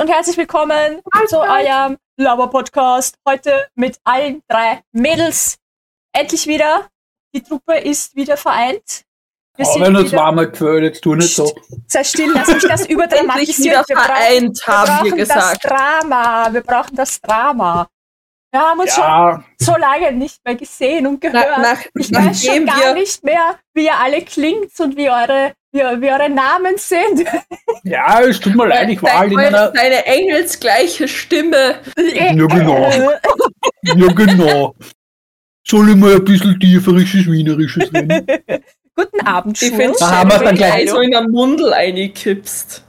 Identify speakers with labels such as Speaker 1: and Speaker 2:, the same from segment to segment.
Speaker 1: und herzlich willkommen zu eurem Laber-Podcast. Heute mit allen drei Mädels. Endlich wieder. Die Truppe ist wieder vereint. Wir
Speaker 2: Oh,
Speaker 1: sind
Speaker 2: wenn uns
Speaker 1: wieder-
Speaker 2: warmer gefällt, jetzt tu nicht so.
Speaker 1: Sei still, lass mich das
Speaker 3: Endlich wieder
Speaker 1: überdramatisieren. Wir brauchen,
Speaker 3: vereint,
Speaker 1: wir
Speaker 3: haben wir
Speaker 1: brauchen das
Speaker 3: gesagt.
Speaker 1: Drama. Wir brauchen das Drama. Wir haben uns
Speaker 2: Ja,
Speaker 1: schon so lange nicht mehr gesehen und gehört.
Speaker 3: Na, nach,
Speaker 1: Ich weiß schon
Speaker 3: nachdem
Speaker 1: gar
Speaker 3: wir,
Speaker 1: nicht mehr, wie ihr alle klingt und wie eure, wie, wie eure Namen sind.
Speaker 2: ja, es tut mir leid, ich war halt in einer.
Speaker 3: deine engelsgleiche Stimme.
Speaker 2: Ja, genau.
Speaker 1: Äh,
Speaker 2: Ja, genau. Soll ich mal ein bisschen tieferisches Wienerisches reden?
Speaker 1: Guten Abend,
Speaker 3: Ich
Speaker 1: Schul.
Speaker 3: finde
Speaker 2: Da haben wir's dann gleich.
Speaker 3: so in der Mundel einkippst.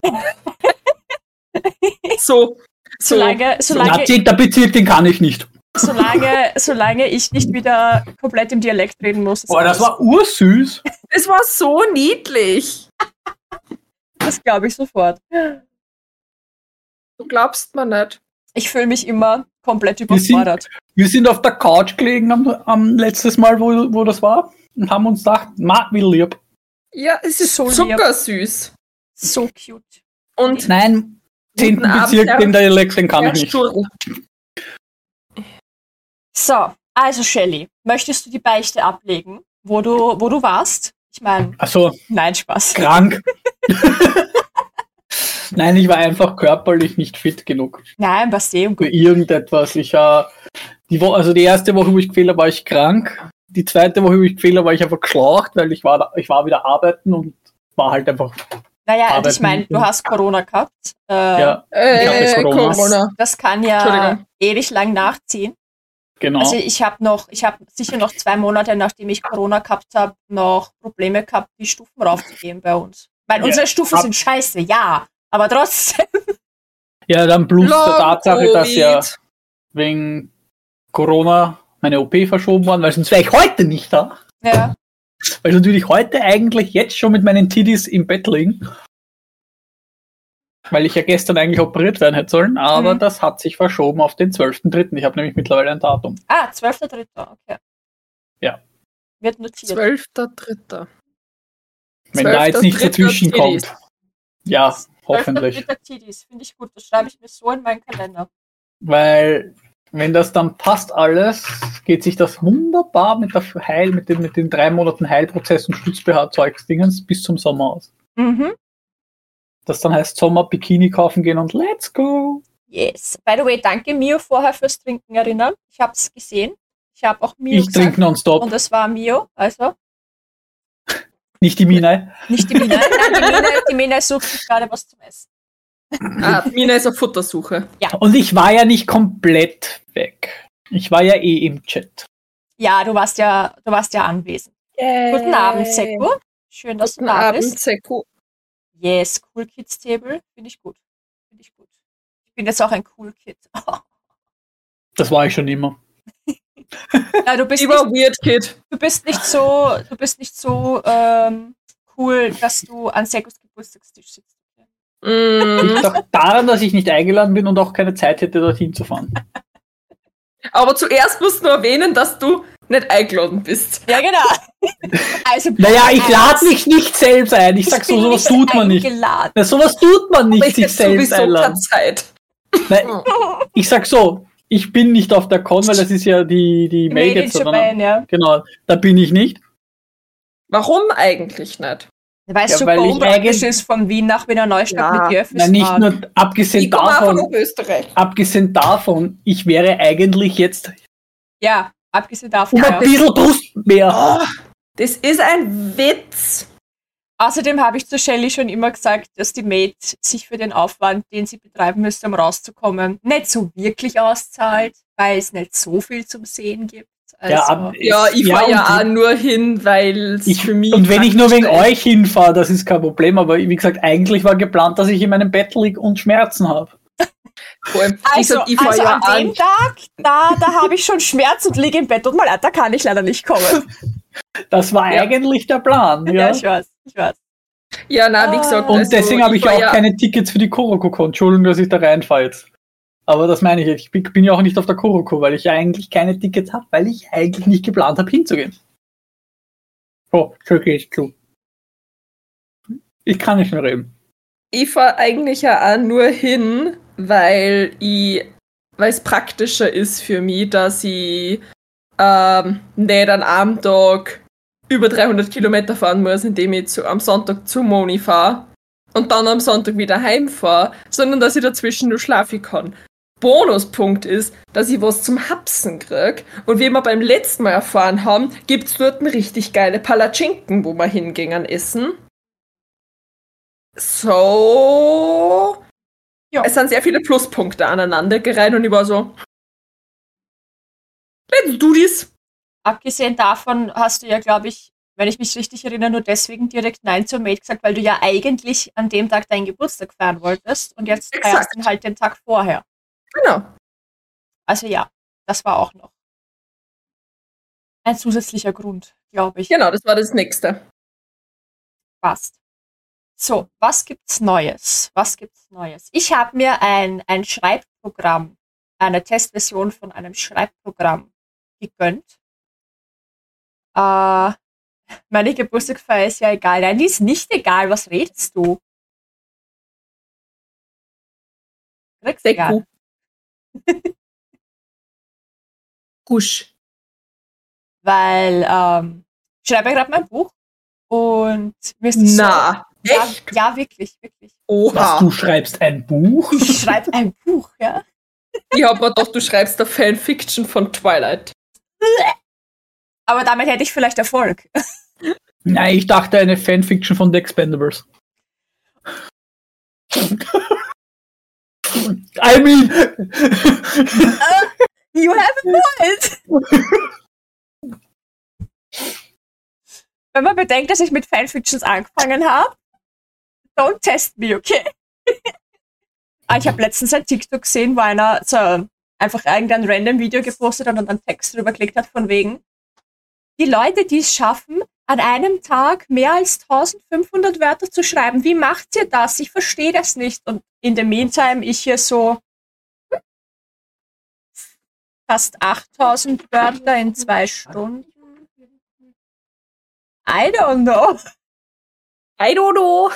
Speaker 3: so, so.
Speaker 1: Solange, solange,
Speaker 2: Nazi, der Bezirk, den kann ich nicht.
Speaker 1: solange, solange ich nicht wieder komplett im Dialekt reden muss. ist
Speaker 2: Boah, das
Speaker 1: alles-
Speaker 2: war ursüß.
Speaker 3: Es war so niedlich.
Speaker 1: das glaube ich sofort.
Speaker 3: Du glaubst mir nicht.
Speaker 1: Ich fühle mich immer komplett
Speaker 2: sind-
Speaker 1: überfordert.
Speaker 2: Wir sind auf der Couch gelegen am, am letztes Mal, wo, wo das war, und haben uns gedacht, ma, wie lieb.
Speaker 3: Ja, es ist
Speaker 1: So lieb.
Speaker 3: zuckersüß.
Speaker 1: So cute.
Speaker 3: Und
Speaker 2: Nein,
Speaker 3: Guten
Speaker 2: zehnten
Speaker 3: Abend,
Speaker 2: Bezirk,
Speaker 3: Herr-
Speaker 2: den der Alex, den kann
Speaker 3: der
Speaker 2: ich nicht.
Speaker 3: Sturl.
Speaker 1: So, also Shelly, möchtest du die Beichte ablegen, wo du, wo du warst? Ich meine,
Speaker 2: Also,
Speaker 1: nein, Spaß.
Speaker 2: krank. Nein, ich war einfach körperlich nicht fit genug.
Speaker 1: Nein, was eh um
Speaker 2: für irgendetwas. Ich äh, die Wo also die erste Woche, wo ich gefehlt habe, war ich krank. Die zweite Woche, wo ich gefehlt habe, war ich einfach geschlaucht, weil ich war, da, ich war wieder arbeiten und war halt einfach,
Speaker 1: Naja, und ich
Speaker 2: arbeiten.
Speaker 1: meine, du hast Corona gehabt. Äh,
Speaker 2: ja, Ich hab jetzt
Speaker 3: Äh,
Speaker 2: Corona.
Speaker 3: Corona.
Speaker 1: Das kann ja
Speaker 3: Entschuldigung.
Speaker 1: ewig lang nachziehen.
Speaker 2: genau.
Speaker 1: Also ich habe noch, ich habe sicher noch zwei Monate, nachdem ich Corona gehabt habe, noch Probleme gehabt, die Stufen raufzugehen bei uns. Weil
Speaker 2: Ja,
Speaker 1: unsere Stufen
Speaker 2: ab-
Speaker 1: sind scheiße, ja. Aber trotzdem,
Speaker 2: ja, dann plus der Tatsache, dass ja
Speaker 3: Long-Covid.
Speaker 2: wegen Corona meine OP verschoben worden, weil sonst wäre ich heute nicht da.
Speaker 1: ja,
Speaker 2: Weil sonst würde ich heute eigentlich jetzt schon mit meinen Tiddies im Bett liegen. Weil ich ja gestern eigentlich operiert werden hätte sollen, aber
Speaker 1: Mhm.
Speaker 2: das hat sich verschoben auf den 12.3. Ich habe nämlich mittlerweile ein Datum.
Speaker 1: ah, 12.3., okay.
Speaker 2: Ja.
Speaker 1: Wird notiert.
Speaker 3: 12.3.
Speaker 2: Wenn da jetzt nichts
Speaker 3: 12.3.
Speaker 2: dazwischen
Speaker 3: Tiddies.
Speaker 2: kommt. Ja, hoffentlich.
Speaker 1: 12.3. Tidis, finde ich gut. Das schreibe ich mir so in meinen Kalender.
Speaker 2: Weil, wenn das dann passt alles, geht sich das wunderbar mit der Heil, mit den, mit den drei Monaten Heilprozess und Stütz-BH-Zeugsdingens bis zum Sommer aus.
Speaker 1: Mhm.
Speaker 2: Das dann heißt Sommer Bikini kaufen gehen und let's go.
Speaker 1: Yes. By the way, danke Mio vorher fürs Trinken erinnern. Ich habe es gesehen. Ich habe auch Mio
Speaker 2: Ich
Speaker 1: gesagt.
Speaker 2: trinke nonstop,
Speaker 1: Und es war Mio, also
Speaker 2: nicht die Mine.
Speaker 1: nicht die Mina. Nein, die Mina, die Mina sucht sich gerade was zum Essen.
Speaker 3: Ah, Mina ist auf Futtersuche.
Speaker 2: Und ich war ja nicht komplett weg. Ich war ja eh im Chat.
Speaker 1: Ja, du warst ja, du warst ja anwesend. Guten Abend, Seko. Schön, dass
Speaker 3: Guten
Speaker 1: du da
Speaker 3: Abend,
Speaker 1: bist.
Speaker 3: Seko.
Speaker 1: Yes, Cool Kids Table. Finde ich gut. Finde ich gut. Ich bin jetzt auch ein Cool Kid.
Speaker 2: Das war ich schon immer.
Speaker 1: ja, du bist,
Speaker 3: Lieber
Speaker 1: nicht,
Speaker 3: Weird Kid.
Speaker 1: du bist nicht so, du bist nicht so ähm, cool, dass du an Sekos Geburtstagstisch sitzt.
Speaker 2: Liegt
Speaker 3: Mm.
Speaker 2: auch daran, dass ich nicht eingeladen bin und auch keine Zeit hätte, dorthin zu fahren.
Speaker 3: Aber zuerst musst du erwähnen, dass du nicht eingeladen bist.
Speaker 1: Ja, genau. Also,
Speaker 2: Naja, ich lade
Speaker 1: lade
Speaker 2: mich nicht selbst ein. Ich sag so, sowas tut man nicht.
Speaker 1: Eingeladen.
Speaker 2: Na, sowas tut man
Speaker 3: Aber
Speaker 2: nicht,
Speaker 3: ich hätte
Speaker 2: sich selbst
Speaker 3: sowieso oh. keine
Speaker 2: einladen.
Speaker 3: Zeit.
Speaker 2: Nein, ich sag so, ich bin nicht auf der Con, weil das ist ja die, die Mail
Speaker 1: Made in
Speaker 2: jetzt, sondern,
Speaker 1: Japan, ja.
Speaker 2: Genau, da bin ich nicht.
Speaker 3: Warum eigentlich nicht?
Speaker 1: Weißt
Speaker 2: Ja,
Speaker 1: du,
Speaker 2: weil ich
Speaker 1: Bombraktisch
Speaker 2: eigentlich-
Speaker 1: ist von Wien nach Wiener Neustadt
Speaker 3: Ja.
Speaker 1: mit dir
Speaker 2: Nein, nicht nur abgesehen
Speaker 3: Ich komme einfach um. nach
Speaker 2: davon,
Speaker 3: Österreich.
Speaker 2: abgesehen davon, ich wäre eigentlich jetzt
Speaker 1: Ja, abgesehen davon.
Speaker 2: um
Speaker 1: Ja.
Speaker 2: ein bisschen Brust mehr.
Speaker 3: Oh, das ist ein Witz.
Speaker 1: Außerdem habe ich zu Shelley schon immer gesagt, dass die Maid sich für den Aufwand, den sie betreiben müsste, um rauszukommen, nicht so wirklich auszahlt, weil es nicht so viel zum Sehen gibt. Also,
Speaker 2: Ja, ab-
Speaker 3: Ja, ich
Speaker 2: ja,
Speaker 3: fahre ja,
Speaker 2: und-
Speaker 3: auch nur hin, weil es
Speaker 2: Ich,
Speaker 3: für mich.
Speaker 2: und wenn ich nur wegen
Speaker 3: praktisch
Speaker 2: euch hinfahre, das ist kein Problem, aber wie gesagt, eigentlich war geplant, dass ich in meinem Bett lieg und Schmerzen habe.
Speaker 3: ist. Vor allem, wie
Speaker 1: also,
Speaker 3: gesagt, ich fahre
Speaker 1: also
Speaker 3: ja
Speaker 1: an dem
Speaker 3: an.
Speaker 1: Tag, da, da habe ich schon Schmerz und liege im Bett. Und mal, da kann ich leider nicht kommen.
Speaker 2: Das war
Speaker 3: Ja.
Speaker 2: eigentlich der Plan.
Speaker 1: Ja,
Speaker 2: Ja.
Speaker 1: ich weiß, ich weiß.
Speaker 3: Ja, na, wie gesagt.
Speaker 2: Ah. Und
Speaker 3: also,
Speaker 2: deswegen habe ich
Speaker 3: fahr
Speaker 2: auch
Speaker 3: ja-
Speaker 2: keine Tickets für die Koroko-Con. Entschuldigung, dass ich da reinfall jetzt. Aber das meine ich jetzt. Ich bin bin ja auch nicht auf der Koroko, weil ich ja eigentlich keine Tickets habe, weil ich eigentlich nicht geplant habe, hinzugehen. Oh, so geht's zu. Ich kann nicht mehr reden.
Speaker 3: Ich fahre eigentlich ja auch nur hin, weil ich, weil es praktischer ist für mich, dass ich ähm, nicht an einem Tag über 300 Kilometer fahren muss, indem ich zu, am Sonntag zu Moni fahre und dann am Sonntag wieder heimfahre, sondern dass ich dazwischen nur schlafen kann. Bonuspunkt ist, dass ich was zum Hapsen krieg. Und wie wir beim letzten Mal erfahren haben, gibt's dort eine richtig geile Palatschinken, wo wir hingingen essen. So.
Speaker 1: Ja.
Speaker 3: Es sind sehr viele Pluspunkte aneinandergereiht und ich war so. Let's do this.
Speaker 1: Abgesehen davon hast du ja, glaube ich, wenn ich mich richtig erinnere, nur deswegen direkt Nein zur Maid gesagt, weil du ja eigentlich an dem Tag deinen Geburtstag feiern wolltest und jetzt
Speaker 3: Exakt.
Speaker 1: feierst du ihn halt den Tag vorher.
Speaker 3: Genau.
Speaker 1: Also ja, das war auch noch ein zusätzlicher Grund, glaube ich.
Speaker 3: Genau, das war das nächste.
Speaker 1: Passt. So, was gibt's Neues? Was gibt's Neues? Ich habe mir ein, ein Schreibprogramm, eine Testversion von einem Schreibprogramm gegönnt. Äh, meine Geburtstagsfeier ist ja egal. Nein, die ist nicht egal. Was redest du? Kriegst
Speaker 3: Sehr
Speaker 1: egal.
Speaker 3: gut. Gusch.
Speaker 1: Weil ähm, ich schreibe gerade mein Buch und mir ist das
Speaker 3: Na,
Speaker 1: so, ja,
Speaker 3: echt?
Speaker 1: ja, wirklich, wirklich.
Speaker 2: Was,
Speaker 3: Oha.
Speaker 2: du schreibst ein Buch?
Speaker 1: Ich schreibe ein Buch, ja.
Speaker 3: Ich hab mir gedacht, du schreibst da Fanfiction von Twilight.
Speaker 1: Aber damit hätte ich vielleicht Erfolg.
Speaker 2: Nein, ich dachte eine Fanfiction von The Expendables. I mean,
Speaker 1: You have a point! Wenn man bedenkt, dass ich mit Fanfictions angefangen habe, don't test me, okay? ah, ich habe letztens ein TikTok gesehen, wo einer so einfach irgendein random Video gepostet hat und einen Text drüber geklickt hat von wegen, die Leute, die es schaffen, an einem Tag mehr als 1500 Wörter zu schreiben, wie macht ihr das? Ich verstehe das nicht. Und in the meantime, ich hier so, fast 8000 Wörter in zwei Stunden. I don't know.
Speaker 3: I don't know.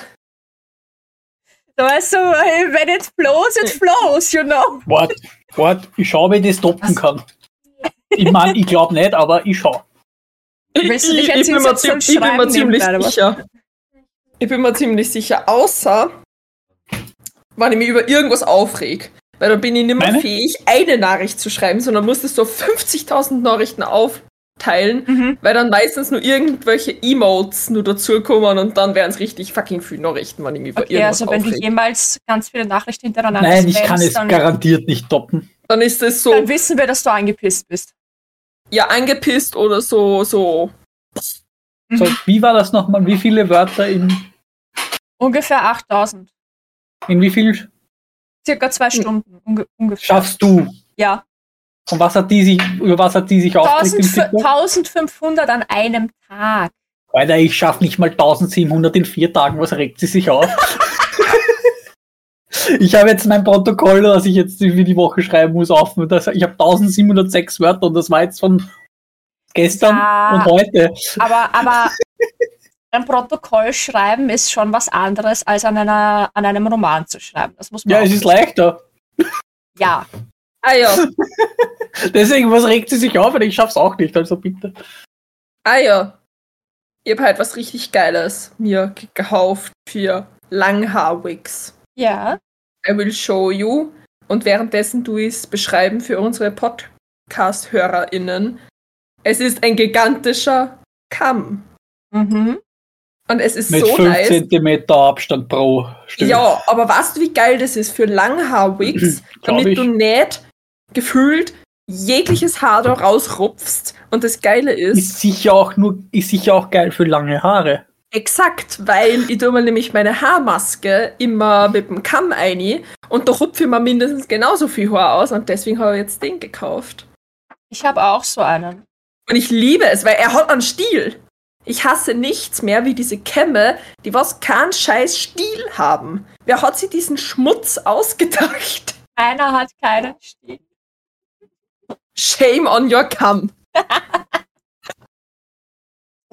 Speaker 1: Da weißt du, äh, when it flows, it flows, you know.
Speaker 2: what? What? Ich schaue, wie ich das
Speaker 1: Also,
Speaker 2: toppen kann. Ich meine, ich glaube nicht, aber ich schaue.
Speaker 1: Willst du dich jetzt
Speaker 3: bin mir
Speaker 1: hinsetzen und
Speaker 3: ziem- ich bin
Speaker 1: schreiben
Speaker 3: mir ziemlich
Speaker 1: nebenbei, oder was?
Speaker 3: sicher. Ich bin mir ziemlich sicher, außer wenn ich mich über irgendwas aufreg. Weil dann bin ich nicht mehr
Speaker 2: Meine?
Speaker 3: fähig, eine Nachricht zu schreiben, sondern muss das so auf 50.000 Nachrichten aufteilen,
Speaker 2: Mhm.
Speaker 3: weil dann meistens nur irgendwelche Emotes nur dazukommen und dann wären es richtig fucking viele Nachrichten, wenn ich mich über
Speaker 1: Okay,
Speaker 3: irgendwas
Speaker 1: also wenn du
Speaker 3: aufreg.
Speaker 1: jemals ganz viele Nachrichten hintereinander
Speaker 2: Nein, ich kann
Speaker 1: spammst,
Speaker 2: es
Speaker 1: dann,
Speaker 2: garantiert nicht toppen.
Speaker 3: Dann ist das so,
Speaker 1: dann wissen wir, dass du angepisst bist.
Speaker 3: ja, angepisst oder so, so.
Speaker 2: So,
Speaker 1: Mhm.
Speaker 2: wie war das nochmal? Wie viele Wörter in,
Speaker 1: Ungefähr 8000.
Speaker 2: in wie viel
Speaker 1: Circa zwei
Speaker 2: Hm.
Speaker 1: Stunden. Unge ungefähr.
Speaker 2: schaffst du?
Speaker 1: Ja.
Speaker 2: Und was hat die sich, über was hat die sich aufgeregt im
Speaker 1: 1000
Speaker 2: TikTok?
Speaker 1: 1500 an einem Tag.
Speaker 2: Alter, ich schaffe nicht mal 1700 in vier Tagen, was regt sie sich auf? ich habe jetzt mein Protokoll, das ich jetzt für die Woche schreiben muss, auf. Und das, ich habe 1706 Wörter und das war jetzt von gestern
Speaker 1: Ja.
Speaker 2: und heute.
Speaker 1: Aber, aber ein Protokoll schreiben ist schon was anderes, als an, einer, an einem Roman zu schreiben. Das muss man
Speaker 2: Ja,
Speaker 1: auch
Speaker 2: es ist leichter.
Speaker 1: ja.
Speaker 3: Ah ja,
Speaker 2: Deswegen, was regt sie sich auf? Und ich schaff's auch nicht, also bitte.
Speaker 3: Ah ja. Ich hab halt was richtig Geiles mir ge- gekauft für Langhaar-Wigs.
Speaker 1: Ja.
Speaker 3: I will show you. Und währenddessen tue ich es beschreiben für unsere Podcast-HörerInnen. Es ist ein gigantischer Kamm.
Speaker 1: Mhm.
Speaker 3: Und es ist
Speaker 2: Mit
Speaker 3: so
Speaker 2: 5
Speaker 3: nice.
Speaker 2: cm Abstand pro Stück.
Speaker 3: Ja, aber weißt du, wie geil das ist für Langhaar-Wigs,
Speaker 2: Glaub
Speaker 3: damit
Speaker 2: ich.
Speaker 3: du nicht gefühlt jegliches Haar da rausrupfst. Und das Geile ist,
Speaker 2: Ist sicher auch nur, ist sicher auch geil für lange Haare.
Speaker 3: Exakt, weil ich tue mir nämlich meine Haarmaske immer mit dem Kamm ein und da rupfe ich mir mindestens genauso viel Haar aus und deswegen habe ich jetzt den gekauft.
Speaker 1: Ich habe auch so einen.
Speaker 3: Und ich liebe es, weil er hat einen Stiel. Ich hasse nichts mehr wie diese Kämme, die was keinen scheiß Stiel haben. Wer hat sich diesen Schmutz ausgedacht?
Speaker 1: Einer hat keinen Stil.
Speaker 3: Shame on your Kamm.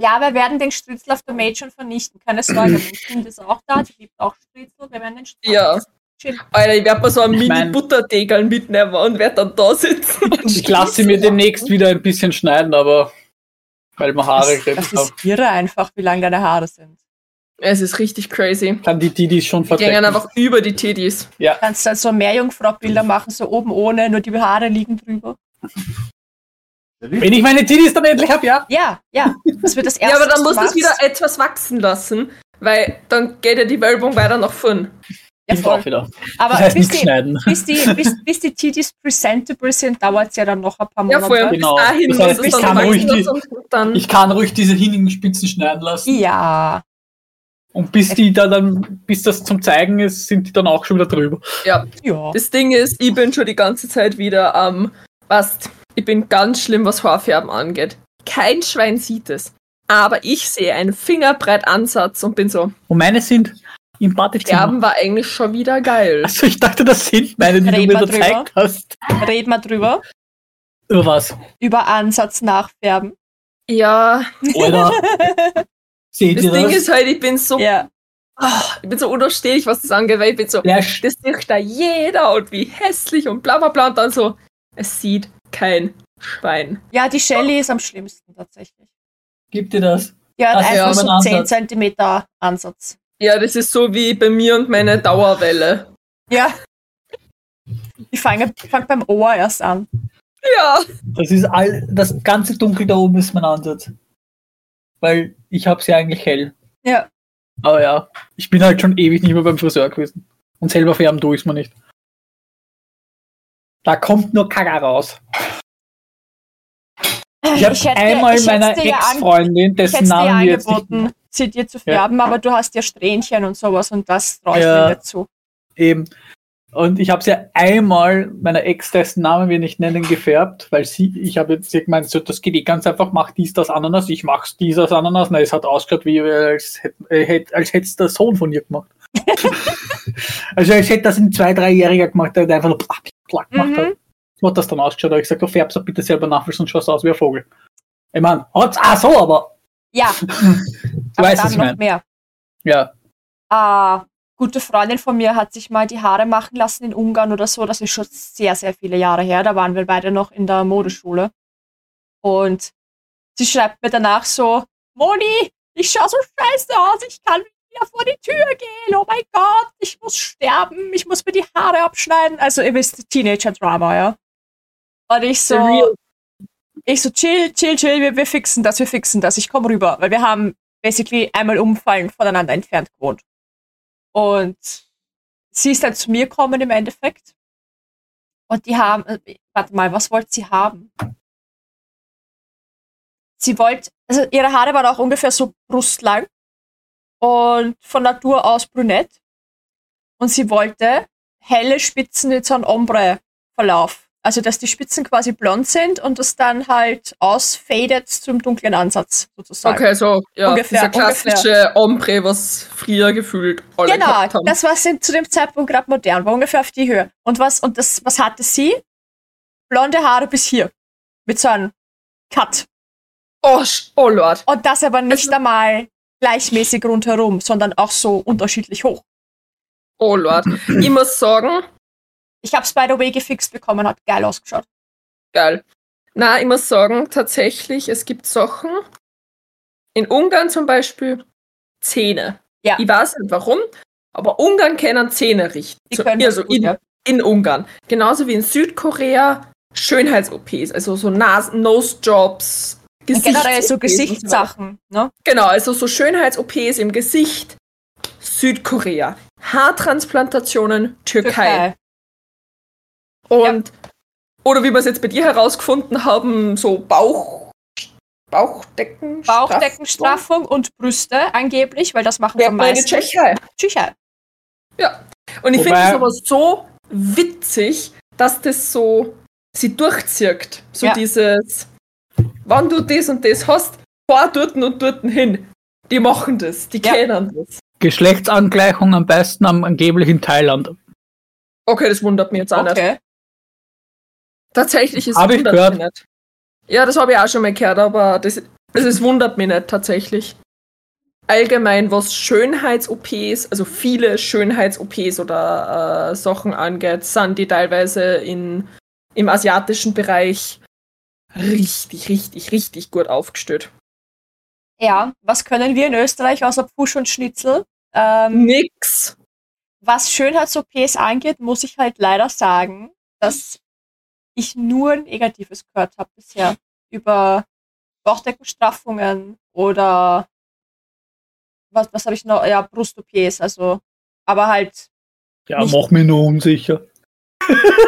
Speaker 1: Ja, wir werden den Stritzel auf der Maid schon vernichten. Keine Sorge, mein Kind ist auch da. Die liebt auch Stritzel. Wir werden den Stritzel,
Speaker 3: Ja.
Speaker 1: Chill.
Speaker 3: Alter, ich werde mir so einen
Speaker 2: Ich mein-
Speaker 3: Mini-Buttertegel mitnehmen und werde dann da sitzen.
Speaker 2: Ich lasse sie mir demnächst wieder ein bisschen schneiden, aber weil wir Haare
Speaker 1: Das,
Speaker 2: gekriegt
Speaker 1: das
Speaker 2: haben.
Speaker 1: ist irre einfach, wie lang deine Haare sind.
Speaker 3: Es ist richtig crazy.
Speaker 2: Kann die Didi schon
Speaker 3: Die gehen
Speaker 2: verdecken.
Speaker 3: einfach über die Tiddies.
Speaker 1: Du kannst dann so
Speaker 3: Mhm.
Speaker 1: Meerjungfrau-Bilder machen, so oben ohne, nur die Haare liegen drüber.
Speaker 2: Wenn ich meine Didis dann endlich habe, ja.
Speaker 1: Ja, ja. Das wird das erste.
Speaker 3: Ja, aber dann
Speaker 1: was
Speaker 3: muss
Speaker 1: du
Speaker 3: das
Speaker 1: machst.
Speaker 3: wieder etwas wachsen lassen, weil dann geht ja die Werbung weiter nach vorn.
Speaker 1: Ja,
Speaker 2: Ich auch
Speaker 1: voll.
Speaker 2: wieder.
Speaker 1: Aber
Speaker 2: Das heißt
Speaker 1: bis,
Speaker 2: nichts
Speaker 1: die,
Speaker 2: schneiden.
Speaker 1: bis, die, bis, bis die Titis presentable sind, dauert es ja dann noch ein paar
Speaker 3: Ja,
Speaker 1: Monate.
Speaker 3: vorher bis
Speaker 2: Genau.
Speaker 3: dahin
Speaker 2: Das heißt,
Speaker 3: muss
Speaker 2: ich
Speaker 3: es dann
Speaker 2: kann ruhig
Speaker 3: wachsen
Speaker 2: die-
Speaker 3: lassen und dann.
Speaker 2: Ich kann ruhig diese hinnigen Spitzen schneiden lassen.
Speaker 1: Ja.
Speaker 2: Und bis die da dann, bis das zum Zeigen ist, sind die dann auch schon wieder drüber.
Speaker 3: ja.
Speaker 1: Ja.
Speaker 3: Das Ding ist, ich bin schon die ganze Zeit wieder am. was? Ich bin ganz schlimm, was Haarfärben angeht. Kein Schwein sieht es. Aber ich sehe einen Fingerbreit Ansatz und bin so,
Speaker 2: Und meine sind im Badezimmer.
Speaker 3: Färben war eigentlich schon wieder geil.
Speaker 2: Also ich dachte, das sind meine, die
Speaker 1: Reden
Speaker 2: du mir
Speaker 1: wir
Speaker 2: da gezeigt hast.
Speaker 1: Reden wir drüber.
Speaker 2: Über was?
Speaker 1: Über Ansatz nachfärben.
Speaker 3: Ja,
Speaker 2: Oder seht
Speaker 3: das
Speaker 2: ihr
Speaker 3: Ding
Speaker 2: das?
Speaker 3: ist halt, ich bin so,
Speaker 1: Ja.
Speaker 3: ich bin so unausstehlich, was das angeht, weil ich bin so,
Speaker 2: Der Sch-
Speaker 3: das sieht da jeder und wie hässlich und bla bla bla und dann so, es sieht kein Schwein.
Speaker 1: Ja, die Shelly ist am schlimmsten tatsächlich.
Speaker 2: gibt dir das.
Speaker 1: Die hat
Speaker 2: Ach,
Speaker 1: einfach
Speaker 2: ja,
Speaker 1: so
Speaker 2: mein
Speaker 1: 10
Speaker 2: Ansatz.
Speaker 1: Zentimeter Ansatz.
Speaker 3: Ja, das ist so wie bei mir und meine Dauerwelle.
Speaker 1: Ja. Ich fange fang beim Ohr erst an.
Speaker 3: Ja.
Speaker 2: Das ist all, das ganze Dunkel da oben ist mein Ansatz. Weil ich hab's ja eigentlich hell.
Speaker 1: Ja.
Speaker 2: Aber ja, ich bin halt schon ewig nicht mehr beim Friseur gewesen. Und selber färben tue ich's mir nicht. Da kommt nur Kaga raus. Ich habe
Speaker 1: hätte-
Speaker 2: einmal
Speaker 1: ich hätte
Speaker 2: meiner
Speaker 1: dir ja an-
Speaker 2: Ex-Freundin,
Speaker 1: Ich hätte
Speaker 2: dessen
Speaker 1: es dir
Speaker 2: Namen wir jetzt nicht
Speaker 1: angeboten, sie dir zu färben, aber du hast ja Strähnchen und sowas und das traue ich
Speaker 2: Ja.
Speaker 1: mir nicht zu.
Speaker 2: Eben. Und ich habe sie einmal meiner Ex, dessen Namen wir nicht nennen, gefärbt, weil sie, ich habe jetzt sie gemeint, so, das geht eh ganz einfach, mach dies, das Ananas, ich mach's dies, das Ananas. Na, es hat ausgehört, wie, äh, als hätte äh, hätt, als hätt's der Sohn von ihr gemacht. also, als hätte das ein zwei-, dreijähriger gemacht, der hat einfach nur plack, plack gemacht
Speaker 1: Mhm.
Speaker 2: hat. So hat das dann ausgeschaut, aber ich gesagt, oh, färb's doch bitte selber nach, weil sonst schaust du aus wie ein Vogel. Ich meine, hat's auch so, aber
Speaker 1: Ja,
Speaker 2: du
Speaker 1: aber
Speaker 2: weißt,
Speaker 1: dann
Speaker 2: was ich
Speaker 1: noch
Speaker 2: meine.
Speaker 1: mehr.
Speaker 2: Ja,
Speaker 1: Ah, gute Freundin von mir hat sich mal die Haare machen lassen in Ungarn oder so. Das ist schon sehr, sehr viele Jahre her. Da waren wir beide noch in der Modeschule. Und sie schreibt mir danach so, Moni, ich schaue so scheiße aus. Ich kann wieder vor die Tür gehen. Oh mein Gott, ich muss sterben. Ich muss mir die Haare abschneiden. Also ihr wisst, Teenager-Drama, ja. Und ich so...
Speaker 3: The real-
Speaker 1: Ich so, chill, chill, chill, wir, wir fixen das, wir fixen das, ich komm rüber, weil wir haben basically einmal umfallen voneinander entfernt gewohnt. Und sie ist dann zu mir gekommen im Endeffekt. Und die haben, äh, warte mal, was wollte sie haben? Sie wollte, also ihre Haare waren auch ungefähr so brustlang und von Natur aus brünett. Und sie wollte helle Spitzen mit so einem Ombre-Verlauf. Also, dass die Spitzen quasi blond sind und das dann halt ausfadet zum dunklen Ansatz sozusagen.
Speaker 3: Okay, so, ja,
Speaker 1: Ungefähr,
Speaker 3: dieser klassische Ombre, was früher gefühlt alle
Speaker 1: Genau,
Speaker 3: gehabt haben.
Speaker 1: das war sie zu dem Zeitpunkt gerade modern, war ungefähr auf die Höhe. Und was, und das, was hatte sie? Blonde Haare bis hier. Mit so einem Cut.
Speaker 3: oh, sch- oh Lord.
Speaker 1: Und das aber nicht
Speaker 3: Also-
Speaker 1: einmal gleichmäßig rundherum, sondern auch so unterschiedlich hoch.
Speaker 3: Oh Lord. Ich muss sagen,
Speaker 1: Ich hab's by the way gefixt bekommen, hat geil ausgeschaut.
Speaker 3: geil. Na, ich muss sagen, tatsächlich, es gibt Sachen. In Ungarn zum Beispiel Zähne.
Speaker 1: Ja.
Speaker 3: Ich weiß nicht warum, aber Ungarn können Zähne richten.
Speaker 1: Die
Speaker 3: So,
Speaker 1: können das
Speaker 3: also
Speaker 1: gut,
Speaker 3: in,
Speaker 1: ja.
Speaker 3: in Ungarn. Genauso wie in Südkorea Schönheits-OPs, also so Nas Nose-Jobs,
Speaker 1: Und Generell so
Speaker 3: Gesichts-OPs und so weiter.
Speaker 1: Gesichtssachen, ne?
Speaker 3: Genau, also so Schönheits-OPs im Gesicht, Südkorea. Haartransplantationen, Türkei.
Speaker 1: Türkei.
Speaker 3: Und, oder wie wir es jetzt bei dir herausgefunden haben, so Bauch, Bauchdecken,
Speaker 1: Bauchdeckenstraffung und Brüste angeblich, weil das machen wir
Speaker 3: Straffung. meine
Speaker 1: meisten.
Speaker 3: Tschechei.
Speaker 1: Tschüchheit.
Speaker 3: Und ich finde
Speaker 2: Wobei-
Speaker 3: das aber so witzig, dass das so sie durchzirkt. So
Speaker 1: Ja.
Speaker 3: dieses, wann du das und das hast, fahr dort und dort hin. Die machen das, die
Speaker 1: Ja.
Speaker 3: kennen das.
Speaker 2: Geschlechtsangleichung am besten am, angeblich in Thailand.
Speaker 3: Okay, das wundert mich jetzt auch nicht.
Speaker 1: Okay.
Speaker 3: Tatsächlich ist
Speaker 2: Hab ich
Speaker 3: wundert
Speaker 2: gehört.
Speaker 3: mich nicht. Ja, das habe ich auch schon mal gehört, aber das, das ist, wundert mich nicht tatsächlich. allgemein, was Schönheits-OPs, also viele Schönheits-OPs oder äh, Sachen angeht, sind die teilweise in, im asiatischen Bereich richtig, richtig, richtig gut aufgestellt.
Speaker 1: Ja, was können wir in Österreich außer Push und Schnitzel? Ähm,
Speaker 3: Nix.
Speaker 1: was Schönheits-OPs angeht, muss ich halt leider sagen, dass ich nur Negatives gehört habe bisher. Über Bauchdeckenstraffungen oder was, was habe ich noch? Ja, Brust-OPs, also. Aber halt,
Speaker 2: Ja,
Speaker 1: Nicht-
Speaker 2: mach mich nur unsicher.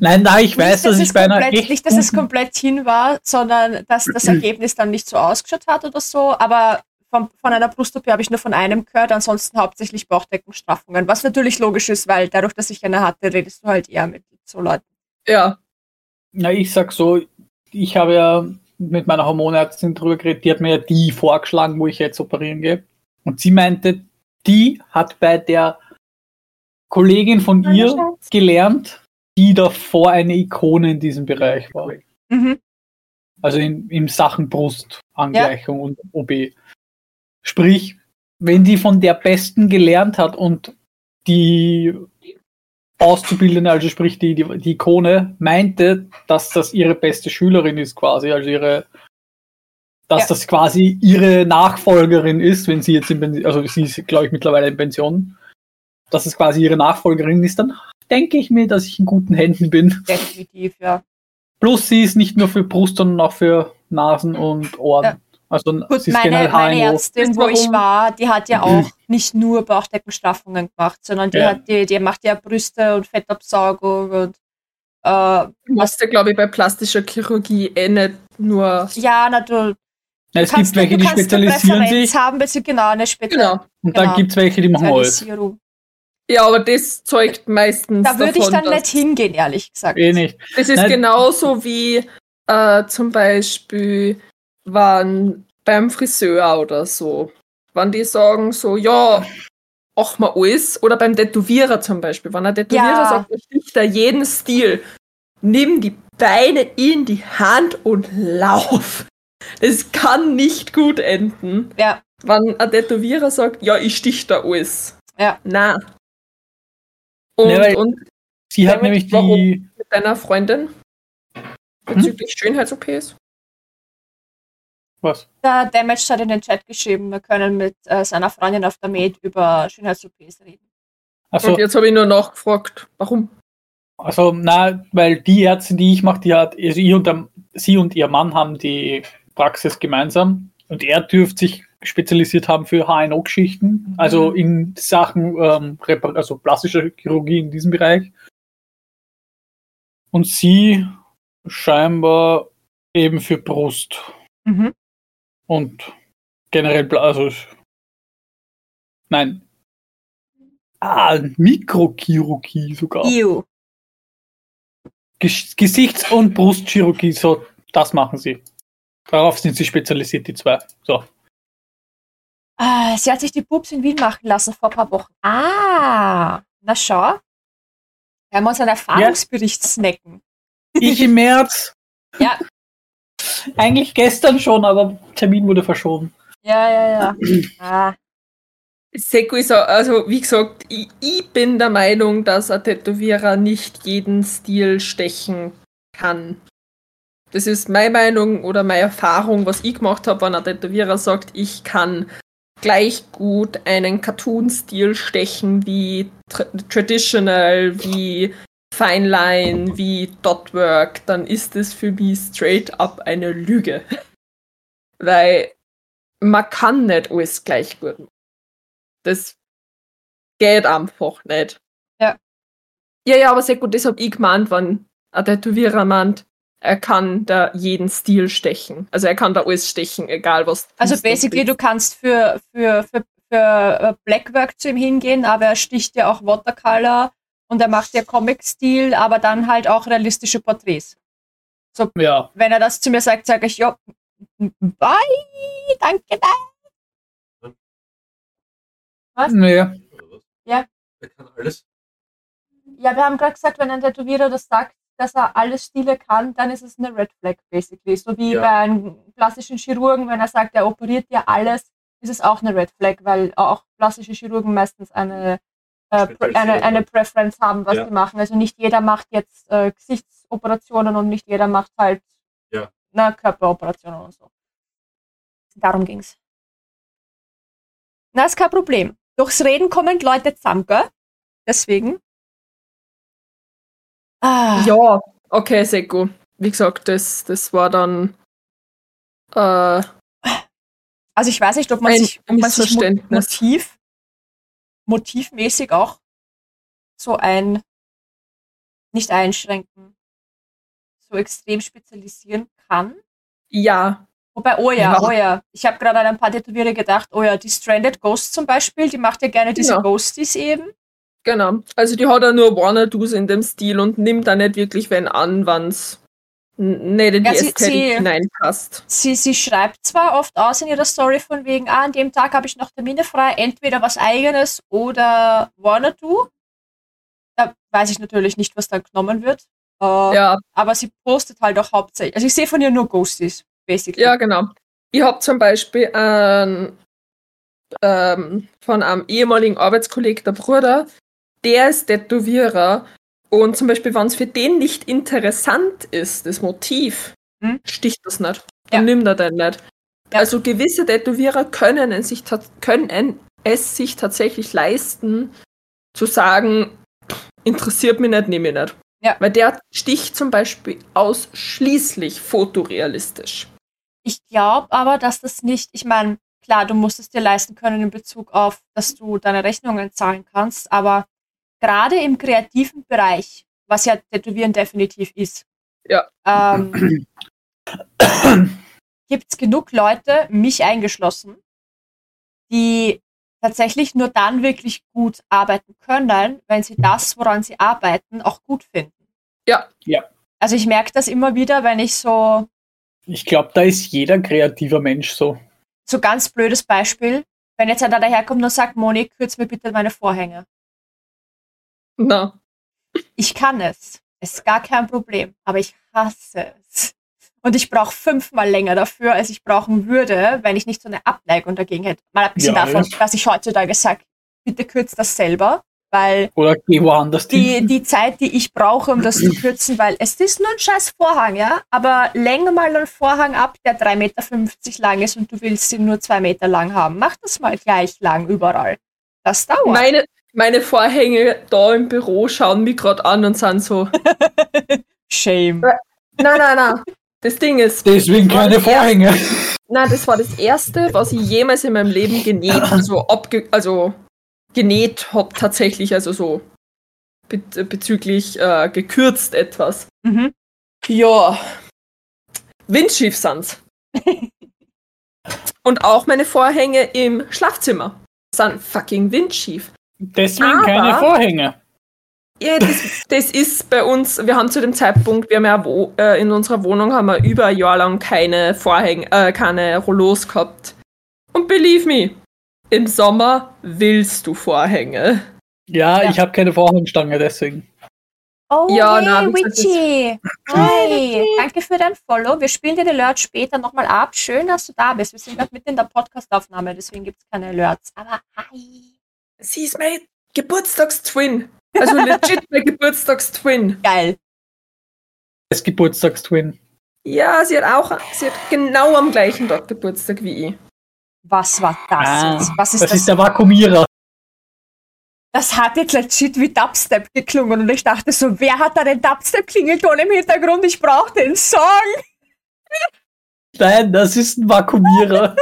Speaker 2: Nein, da ich weiß,
Speaker 1: nicht,
Speaker 2: dass ich
Speaker 1: es
Speaker 2: bei einer
Speaker 1: komplett,
Speaker 2: echt
Speaker 1: nicht, dass es
Speaker 2: guten-
Speaker 1: komplett hin war, sondern dass das Ergebnis dann nicht so ausgeschaut hat oder so. Aber von, von einer Brust-OP habe ich nur von einem gehört, ansonsten hauptsächlich Bauchdeckenstraffungen. Was natürlich logisch ist, weil dadurch, dass ich eine hatte, redest du halt eher mit so Leuten.
Speaker 3: Ja.
Speaker 2: Na, ich sag so, ich habe ja mit meiner Hormonärztin drüber geredet, die hat mir ja die vorgeschlagen, wo ich jetzt operieren gehe. Und sie meinte, die hat bei der Kollegin von
Speaker 1: Meine
Speaker 2: ihr
Speaker 1: Schatz.
Speaker 2: gelernt, die davor eine Ikone in diesem Bereich war.
Speaker 1: Mhm.
Speaker 2: Also in, in Sachen Brustangleichung und OB. Sprich, wenn die von der Besten gelernt hat und die Auszubildende, also sprich die, die, die Ikone, meinte, dass das ihre beste Schülerin ist quasi, also ihre, dass
Speaker 1: Ja.
Speaker 2: das quasi ihre Nachfolgerin ist, wenn sie jetzt in Pension, also sie ist, glaube ich, mittlerweile in Pension, dass es quasi ihre Nachfolgerin ist, dann denke ich mir, dass ich in guten Händen bin.
Speaker 1: Definitiv, ja.
Speaker 2: Plus sie ist nicht nur für Brust, sondern auch für Nasen und Ohren.
Speaker 1: Ja.
Speaker 2: Also
Speaker 1: Gut,
Speaker 2: sie ist
Speaker 1: meine,
Speaker 2: generell
Speaker 1: meine
Speaker 2: HNO.
Speaker 1: Ärztin,
Speaker 3: Wisst
Speaker 1: wo ich
Speaker 3: warum?
Speaker 1: war, die hat ja auch nicht nur Bauchdeckenstraffungen gemacht, sondern die,
Speaker 2: Ja.
Speaker 1: hat, die, die macht ja Brüste und Fettabsaugung und äh, ja,
Speaker 3: Du musst ja, glaube ich, bei plastischer Chirurgie eh nicht nur.
Speaker 1: na, du,
Speaker 2: Ja, es
Speaker 1: du kannst,
Speaker 2: gibt welche,
Speaker 1: du kannst
Speaker 2: die
Speaker 1: eine
Speaker 2: spezialisieren
Speaker 1: Präferenz
Speaker 2: sich
Speaker 1: haben, bezüglich genau eine Spezialisierung.
Speaker 3: Genau.
Speaker 2: und dann
Speaker 1: genau.
Speaker 2: gibt es welche, die machen alles.
Speaker 3: Ja, aber das zeugt meistens.
Speaker 1: Da würde ich
Speaker 3: davon,
Speaker 1: dann
Speaker 3: dass-
Speaker 1: nicht hingehen, ehrlich gesagt.
Speaker 2: Eh nicht.
Speaker 3: Das ist
Speaker 2: Nein.
Speaker 3: genauso wie äh, zum Beispiel, wann beim Friseur oder so. Wann die sagen so, ja, ach mal alles. Oder beim Tätowierer zum Beispiel. Wenn ein Tätowierer
Speaker 1: Ja.
Speaker 3: sagt, ich sticht da jeden Stil, nimm die Beine in die Hand und lauf. Das kann nicht gut enden.
Speaker 1: Ja.
Speaker 3: Wenn ein Tätowierer sagt, ja, ich stich da alles.
Speaker 1: Ja.
Speaker 3: Na. Und,
Speaker 2: Ja, weil-
Speaker 3: und
Speaker 2: Sie hat
Speaker 3: Damit-
Speaker 2: nämlich die.
Speaker 3: warum? mit deiner Freundin bezüglich Schönheits-OPs?
Speaker 2: Was?
Speaker 1: Der Damage hat in den Chat geschrieben, wir können mit äh, seiner Freundin auf der Med über Schönheits-OPs reden.
Speaker 2: Also,
Speaker 3: Und jetzt habe ich nur nachgefragt, warum?
Speaker 2: also, na, weil die Ärztin, die ich mache, die hat, also ich und der, sie und ihr Mann haben die Praxis gemeinsam und er dürfte sich spezialisiert haben für HNO-Geschichten, also in Sachen ähm, Repar- also plastische Chirurgie in diesem Bereich. Und sie scheinbar eben für Brust Mhm. und generell, bla- also ich- nein. Ah, Mikrochirurgie sogar.
Speaker 1: Ew.
Speaker 2: Ges Gesichts- und Brustchirurgie, so, das machen sie. Darauf sind sie spezialisiert, die zwei. So.
Speaker 1: Ah, sie hat sich die Pups in Wien machen lassen vor ein paar Wochen. Ah, na schau. Werden wir uns einen Erfahrungsbericht snacken.
Speaker 2: Ich im März.
Speaker 1: Ja.
Speaker 2: Eigentlich gestern schon, aber Termin wurde verschoben.
Speaker 1: Ja, ja, ja. Ah,
Speaker 3: Seko ist, a- also wie gesagt, ich, ich bin der Meinung, dass ein Tätowierer nicht jeden Stil stechen kann. Das ist meine Meinung oder meine Erfahrung, was ich gemacht habe, wenn ein Tätowierer sagt, ich kann gleich gut einen Cartoon-Stil stechen wie tra Traditional, wie Fine Line, wie Dotwork, dann ist das für mich straight up eine Lüge. Weil man kann nicht alles gleich gut machen. Das geht einfach nicht.
Speaker 1: Ja.
Speaker 3: Ja, ja, aber sehr gut, das habe ich gemeint, wenn ein Tätowierer meint, er kann da jeden Stil stechen. Also er kann da alles stechen, egal was. du
Speaker 1: Also
Speaker 3: tust und
Speaker 1: basically,
Speaker 3: willst.
Speaker 1: du kannst für, für, für, für äh, Blackwork zu ihm hingehen, aber er sticht dir auch Watercolor und er macht dir Comic-Stil, aber dann halt auch realistische Porträts.
Speaker 2: Ja.
Speaker 1: Wenn er das zu mir sagt, sage ich, ja, bye, danke, nein. Was?
Speaker 2: Naja.
Speaker 4: Oder was?
Speaker 1: Ja.
Speaker 4: Der kann alles.
Speaker 1: Ja, wir haben gerade gesagt, wenn ein Tätowierer das sagt, dass er alle Stile kann, dann ist es eine Red Flag, basically. So wie
Speaker 4: Ja.
Speaker 1: bei einem klassischen Chirurgen, wenn er sagt, er operiert ja alles, ist es auch eine Red Flag, weil auch plastische Chirurgen meistens eine, äh,
Speaker 4: Speziell-
Speaker 1: Pre- eine, eine Preference haben, was
Speaker 4: Ja.
Speaker 1: sie machen. Also nicht jeder macht jetzt äh, Gesichtsoperationen und nicht jeder macht halt
Speaker 4: Ja.
Speaker 1: na, Körperoperationen und so. Darum ging's. Na, ist kein Problem. Durchs Reden kommen Leute zusammen, gell? Deswegen. Ah,
Speaker 3: Ja, okay, sehr gut. Wie gesagt, das, das war dann äh,
Speaker 1: Also ich weiß nicht, ob man
Speaker 3: Ein
Speaker 1: sich, ob man sich mo-
Speaker 3: Missverständnis.
Speaker 1: motiv, motivmäßig auch so ein nicht einschränken, so extrem spezialisieren kann.
Speaker 3: ja,
Speaker 1: Wobei, oh ja,
Speaker 3: Ja.
Speaker 1: oh ja. Ich habe gerade an ein paar Tätowiere gedacht, oh ja, die Stranded Ghost zum Beispiel, die macht ja gerne diese
Speaker 3: Ja.
Speaker 1: Ghosties eben.
Speaker 3: genau. Also die hat ja nur Wanna-Dos in dem Stil und nimmt da nicht wirklich wenn an, wann's n- nicht in die
Speaker 1: Ja, sie-
Speaker 3: Ästhetik
Speaker 1: sie-
Speaker 3: hineinpasst.
Speaker 1: Sie, sie schreibt zwar oft aus in ihrer Story von wegen, ah, an dem Tag habe ich noch Termine frei, entweder was eigenes oder Wanna Do. Da weiß ich natürlich nicht, was dann genommen wird. Äh,
Speaker 3: Ja,
Speaker 1: aber sie postet halt auch hauptsächlich. Also ich sehe von ihr nur Ghosties, basically.
Speaker 3: Ja, genau. Ich habe zum Beispiel einen, ähm, von einem ehemaligen Arbeitskollegen, der Bruder, der ist Tätowierer. Und zum Beispiel, wenn es für den nicht interessant ist, das Motiv,
Speaker 1: Hm?
Speaker 3: sticht das nicht. Dann
Speaker 1: Ja.
Speaker 3: nimmt er den nicht.
Speaker 1: Ja.
Speaker 3: Also gewisse Tätowierer können es, sich tat- können es sich tatsächlich leisten, zu sagen, interessiert mich nicht, nehme ich nicht.
Speaker 1: Ja.
Speaker 3: Weil der sticht zum Beispiel ausschließlich fotorealistisch.
Speaker 1: Ich glaube aber, dass das nicht, ich meine, klar, du musst es dir leisten können in Bezug auf, dass du deine Rechnungen zahlen kannst, aber gerade im kreativen Bereich, was ja Tätowieren definitiv ist,
Speaker 3: Ja.
Speaker 1: ähm, gibt es genug Leute, mich eingeschlossen, die tatsächlich nur dann wirklich gut arbeiten können, wenn sie das, woran sie arbeiten, auch gut finden.
Speaker 3: Ja.
Speaker 2: Ja.
Speaker 1: Also ich merke das immer wieder, wenn ich so
Speaker 2: Ich glaube, da ist jeder kreativer Mensch so.
Speaker 1: so ganz blödes Beispiel, wenn jetzt einer daherkommt und sagt, Moni, kürz mir bitte meine Vorhänge.
Speaker 3: Na,
Speaker 1: Ich kann es. Es ist gar kein Problem. Aber ich hasse es. Und ich brauche fünfmal länger dafür, als ich brauchen würde, wenn ich nicht so eine Abneigung dagegen hätte. Mal abgesehen
Speaker 2: Ja,
Speaker 1: davon,
Speaker 2: ja.
Speaker 1: dass ich heutzutage sage, bitte kürz das selber, weil
Speaker 2: Oder geh woanders hin.
Speaker 1: die, die Zeit, die ich brauche, um das zu kürzen, weil es ist nur ein scheiß Vorhang, ja, aber länge mal einen Vorhang ab, der 3,50 Meter lang ist und du willst ihn nur 2 Meter lang haben. Mach das mal gleich lang überall. Das dauert.
Speaker 3: meine, meine Vorhänge da im Büro schauen mich gerade an und sind so.
Speaker 1: Shame.
Speaker 3: Na, na, na. Das Ding ist,
Speaker 2: Deswegen keine Vorhänge.
Speaker 3: na, das war das erste, was ich jemals in meinem Leben genäht, so abge, also genäht hab tatsächlich, also so be bezüglich äh, gekürzt etwas.
Speaker 1: Mhm.
Speaker 3: Ja. Windschief sind's. und auch meine Vorhänge im Schlafzimmer sind fucking windschief.
Speaker 2: Deswegen
Speaker 3: Aber-
Speaker 2: keine Vorhänge.
Speaker 3: Ja, das, das ist bei uns, wir haben zu dem Zeitpunkt, wir haben ja wo, äh, in unserer Wohnung haben wir über ein Jahr lang keine Vorhänge, äh, keine Rollos gehabt. Und believe me, im Sommer willst du Vorhänge.
Speaker 2: Ja,
Speaker 1: Ja.
Speaker 2: ich habe keine Vorhangstange, deswegen.
Speaker 1: Oh,
Speaker 3: Ja,
Speaker 1: hey,
Speaker 3: na, wie gesagt, das-
Speaker 1: Witchy. Hi. Danke für dein Follow. Wir spielen den Alert später nochmal ab. Schön, dass du da bist. Wir sind gerade mitten in der Podcastaufnahme, deswegen gibt es keine Alerts. Aber hi.
Speaker 3: Sie ist mein Geburtstagstwin. Also legit mein Geburtstagstwin.
Speaker 1: Geil.
Speaker 2: Das Geburtstagstwin.
Speaker 3: Ja, sie hat auch, sie hat genau am gleichen Tag Geburtstag wie ich.
Speaker 1: Was war das
Speaker 2: Ah,
Speaker 1: jetzt? Was ist
Speaker 2: Das
Speaker 1: das?
Speaker 2: ist der Vakuumierer.
Speaker 1: Das hat jetzt legit wie Dubstep geklungen und ich dachte so, wer hat da den Dubstep-Klingelton im Hintergrund? Ich brauche den Song.
Speaker 2: Nein, das ist ein Vakuumierer.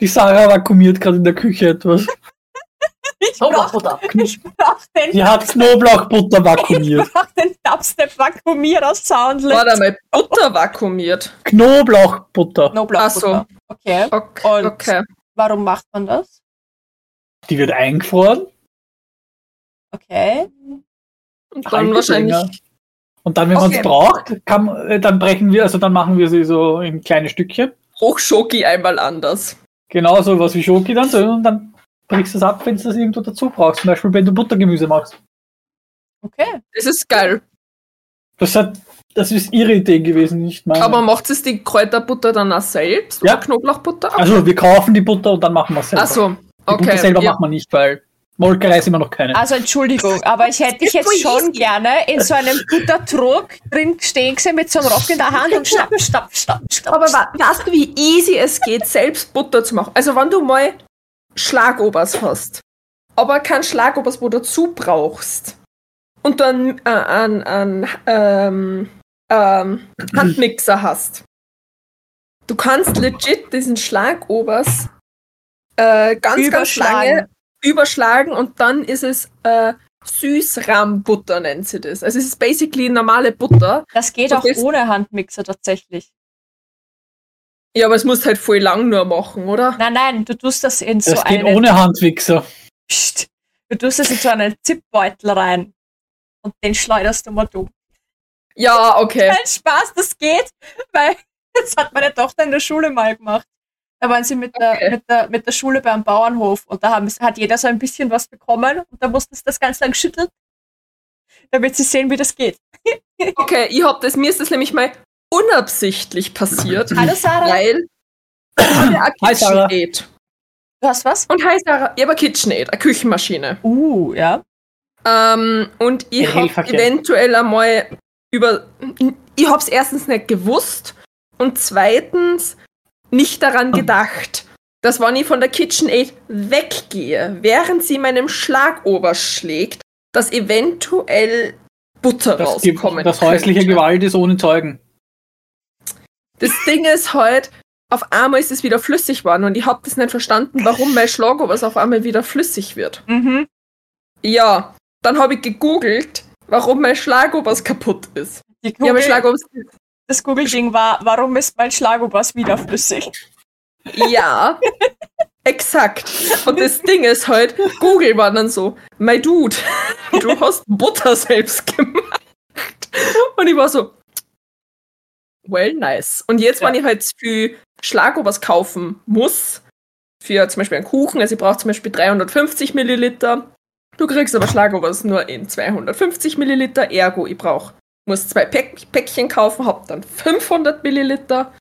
Speaker 2: Die Sarah vakuumiert gerade in der Küche etwas.
Speaker 1: Ich
Speaker 3: Oh
Speaker 1: brauche ich brauch den,
Speaker 2: Die hat Knoblauchbutter vakuumiert.
Speaker 1: ich brauch den Dubstep-Vakuumierer-Sound.
Speaker 3: Warte mal, Butter vakuumiert.
Speaker 2: Knoblauchbutter.
Speaker 1: Knoblauch.
Speaker 3: Ach so.
Speaker 1: Okay.
Speaker 3: Okay.
Speaker 1: Und-
Speaker 3: okay.
Speaker 1: Warum macht man das?
Speaker 2: Die wird eingefroren
Speaker 1: Okay.
Speaker 3: Und
Speaker 2: haltet
Speaker 3: dann wahrscheinlich.
Speaker 2: länger. und dann, wenn man es
Speaker 3: Okay.
Speaker 2: braucht, kann, äh, dann brechen wir, also dann machen wir sie so in kleine Stückchen.
Speaker 3: Hochschoki einmal anders.
Speaker 2: Genauso was wie Schoki dann so und dann brichst du es ab, wenn du das irgendwo dazu brauchst. Zum Beispiel, wenn du Buttergemüse machst.
Speaker 1: Okay.
Speaker 3: Das ist geil.
Speaker 2: Das hat Das ist ihre Idee gewesen, nicht meine.
Speaker 3: Aber macht es die Kräuterbutter dann auch selbst?
Speaker 2: Ja.
Speaker 3: Oder Knoblauchbutter?
Speaker 2: also wir kaufen die Butter und dann machen wir es selber.
Speaker 3: Achso,
Speaker 2: Die Butter
Speaker 3: okay.
Speaker 2: selber
Speaker 3: ja.
Speaker 2: macht man nicht, weil Molkerei ist immer noch keine.
Speaker 1: Also Entschuldigung, aber ich hätte dich jetzt schon gerne in so einem Buttertrog drin stehen gesehen mit so einem Rock in der Hand und schnapp, schnapp, schnapp, schnapp.
Speaker 3: Aber wa- weißt du, wie easy es geht, selbst Butter zu machen? Also, wenn du mal Schlagobers hast, aber kein Schlagobers, wo du dazu brauchst, und dann äh, einen, einen ähm, ähm, Handmixer hast, du kannst legit diesen Schlagobers äh, ganz, ganz lange überschlagen und dann ist es äh, Süßrahmbutter, nennt sie das. Also, es ist basically normale Butter,
Speaker 1: Das geht
Speaker 3: Du
Speaker 1: auch
Speaker 3: bist-
Speaker 1: ohne Handmixer tatsächlich.
Speaker 3: ja, aber es musst halt voll lang nur machen, oder?
Speaker 1: Nein, nein, du tust das in so
Speaker 2: das geht
Speaker 1: einen
Speaker 2: ohne Handwichser.
Speaker 1: Psst, du tust das in so einen Zipbeutel rein und den schleuderst du mal um.
Speaker 3: Ja, okay.
Speaker 1: Kein Spaß, das geht, weil das hat meine Tochter in der Schule mal gemacht. Da waren sie mit der,
Speaker 3: Okay.
Speaker 1: mit der, mit der Schule beim Bauernhof und da haben, sie- hat jeder so ein bisschen was bekommen und da mussten sie das ganz lang schütteln, damit sie sehen, wie das geht.
Speaker 3: Okay, ich hab das, mir ist das nämlich mal unabsichtlich passiert,
Speaker 1: Hallo Sarah,
Speaker 3: weil ich habe eine
Speaker 2: Hi, Sarah.
Speaker 3: KitchenAid.
Speaker 1: du hast was?
Speaker 3: Und hi Sarah, ich habe eine KitchenAid, eine Küchenmaschine.
Speaker 1: Uh, ja.
Speaker 3: Ähm, und ich
Speaker 2: Ein
Speaker 3: habe
Speaker 2: Helferchen.
Speaker 3: eventuell einmal über. Ich habe es erstens nicht gewusst und zweitens nicht daran gedacht, dass wenn ich von der KitchenAid weggehe, während sie meinem Schlagober schlägt, dass eventuell Butter
Speaker 2: Das, gibt-
Speaker 3: rauskommen
Speaker 2: das häusliche
Speaker 3: könnte.
Speaker 2: Gewalt ist ohne Zeugen.
Speaker 3: Das Ding ist halt, auf einmal ist es wieder flüssig geworden und ich hab das nicht verstanden, warum mein Schlagobers auf einmal wieder flüssig wird.
Speaker 1: Mhm.
Speaker 3: Ja, dann habe ich gegoogelt, warum mein Schlagobers kaputt ist.
Speaker 1: Die
Speaker 3: Ja, mein
Speaker 1: Kugel-
Speaker 3: Schlagobers.
Speaker 1: das Google-Ding war, warum ist mein Schlagobers wieder flüssig?
Speaker 3: Ja, exakt. Und das Ding ist halt, Google war dann so, mein Dude, du hast Butter selbst gemacht. Und ich war so, well, nice. Und jetzt, wenn ich halt für Schlagobers kaufen muss, für zum Beispiel einen Kuchen, also ich brauche zum Beispiel 350 Milliliter, du kriegst aber Schlagobers nur in 250 Milliliter, ergo, ich brauche muss zwei Päck Päckchen kaufen, hab dann 500 Milliliter.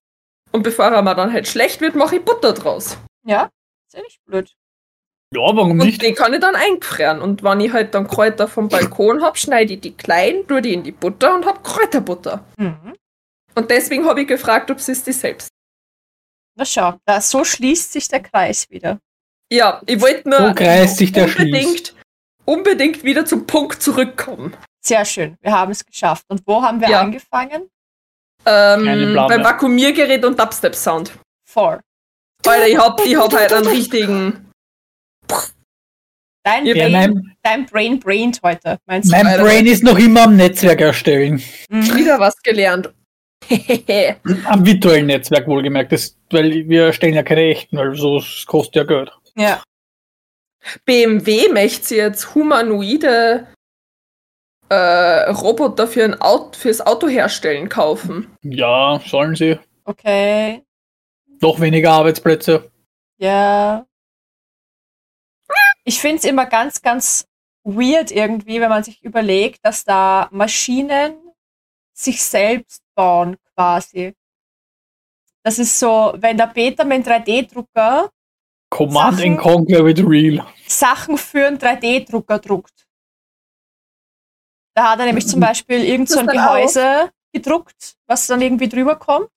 Speaker 3: Und bevor er mir dann halt schlecht wird, mache ich Butter draus.
Speaker 1: Ja, ist ja nicht blöd.
Speaker 2: Ja, warum
Speaker 3: Und
Speaker 2: nicht?
Speaker 3: die kann ich dann eingefrieren. Und wenn ich halt dann Kräuter vom Balkon hab, schneide ich die klein, tue die in die Butter und hab Kräuterbutter.
Speaker 1: Mhm.
Speaker 3: Und deswegen habe ich gefragt, ob sie es die selbst.
Speaker 1: Na schau, da, so schließt sich der Kreis wieder.
Speaker 3: Ja, ich wollte nur
Speaker 2: So kreist sich der Schließ.
Speaker 3: unbedingt, unbedingt wieder zum Punkt zurückkommen.
Speaker 1: Sehr schön, wir haben es geschafft. Und wo haben wir
Speaker 3: Ja.
Speaker 1: angefangen?
Speaker 2: Keine
Speaker 3: Ähm,
Speaker 2: Blame.
Speaker 3: beim Vakuumiergerät und Dubstep-Sound.
Speaker 1: Vor.
Speaker 3: Alter, ich hab, ich hab halt einen richtigen.
Speaker 1: Dein,
Speaker 3: Ja,
Speaker 2: Ja,
Speaker 1: Brain,
Speaker 2: mein,
Speaker 1: dein Brain braint heute, meinst du?
Speaker 2: mein
Speaker 3: Alter.
Speaker 2: Brain ist noch immer am Netzwerk erstellen.
Speaker 1: Mhm.
Speaker 3: Wieder was gelernt.
Speaker 2: Am virtuellen Netzwerk wohlgemerkt. Das, weil wir erstellen ja keine echten, weil so es kostet ja Geld.
Speaker 1: Ja.
Speaker 3: BMW möchte sie jetzt humanoide äh, Roboter für ein Auto, fürs Auto herstellen kaufen.
Speaker 2: Ja, sollen sie.
Speaker 1: Okay.
Speaker 2: Noch weniger Arbeitsplätze.
Speaker 1: Ja. Ich finde es immer ganz, ganz weird irgendwie, wenn man sich überlegt, dass da Maschinen sich selbst bauen quasi. Das ist so, wenn der Peter mit dem 3D-Drucker
Speaker 2: Command
Speaker 1: Sachen-
Speaker 2: and Conquer with Real.
Speaker 1: Sachen für einen 3D-Drucker druckt. Da hat er nämlich zum Beispiel irgend so ein
Speaker 3: Mhm. Das dann auch.
Speaker 1: Gehäuse gedruckt, was dann irgendwie drüber kommt.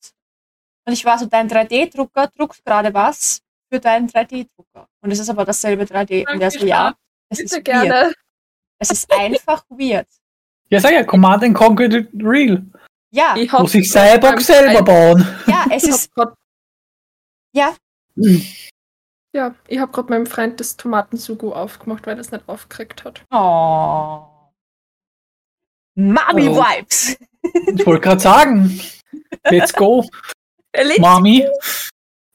Speaker 1: Und ich war so, dein 3D-Drucker druckt gerade was für deinen 3D-Drucker. Und es ist aber dasselbe 3D. Und er so, ja, es ist
Speaker 3: Bitte
Speaker 1: weird.
Speaker 3: gerne.
Speaker 1: Es ist einfach weird.
Speaker 2: Ja, sag ja, Command and Conquer with Real.
Speaker 1: Ja,
Speaker 3: Ich
Speaker 2: Muss ich Cyborg selber bauen.
Speaker 1: ja, Ah. es
Speaker 3: Ich
Speaker 1: ist,
Speaker 3: hab grad,
Speaker 1: Ja.
Speaker 3: Ja, ich habe gerade meinem Freund das Tomatensugo aufgemacht, weil er es nicht aufgekriegt hat.
Speaker 1: oh. Mami
Speaker 2: Oh.
Speaker 1: Vibes.
Speaker 2: Ich wollte gerade sagen. Let's go,
Speaker 3: Er lebt.
Speaker 2: Mami.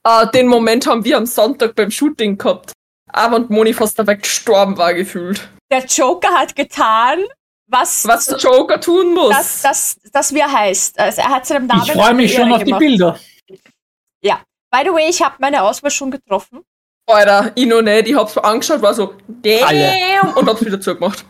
Speaker 3: Ah, den Moment haben wir am Sonntag beim Shooting gehabt. Aber und Moni fast dabei gestorben war gefühlt.
Speaker 1: Der Joker hat getan, was,
Speaker 3: Was der Joker tun muss.
Speaker 1: das, das, das wir heißt. Also er hat seinem Namen
Speaker 2: Ich freue
Speaker 1: eine
Speaker 2: mich schon
Speaker 1: Ehre
Speaker 2: auf die
Speaker 1: gemacht.
Speaker 2: Bilder.
Speaker 1: By the way, ich habe meine Auswahl schon getroffen.
Speaker 3: Alter, ich noch nicht. Ich hab's mir angeschaut, war so, damn,
Speaker 2: Alle.
Speaker 3: und hab's wieder zugemacht.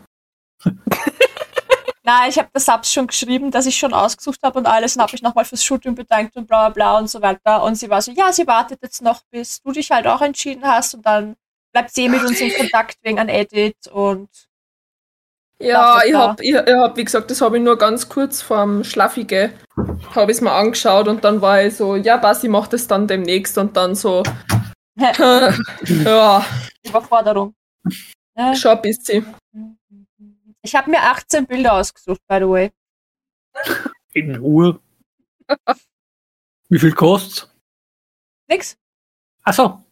Speaker 1: Na, ich habe der Subs schon geschrieben, dass ich schon ausgesucht habe und alles und habe mich nochmal fürs Shooting bedankt und bla bla bla und so weiter. Und sie war so, ja, sie wartet jetzt noch, bis du dich halt auch entschieden hast und dann bleibt sie eh mit uns in Kontakt wegen an Edit und
Speaker 3: Ja,
Speaker 1: Darf das
Speaker 3: ich
Speaker 1: da?
Speaker 3: hab, ich, ich hab, wie gesagt, das habe ich nur ganz kurz vorm Schlafige, habe ich mir angeschaut und dann war ich so, ja, passt, ich mach das dann demnächst und dann so, ja,
Speaker 1: Überforderung. Ja.
Speaker 3: schon ein bisschen.
Speaker 1: Ich habe mir 18 Bilder ausgesucht, by the way.
Speaker 2: In Ruhe. Wie viel kostet's?
Speaker 1: Nix.
Speaker 2: Achso.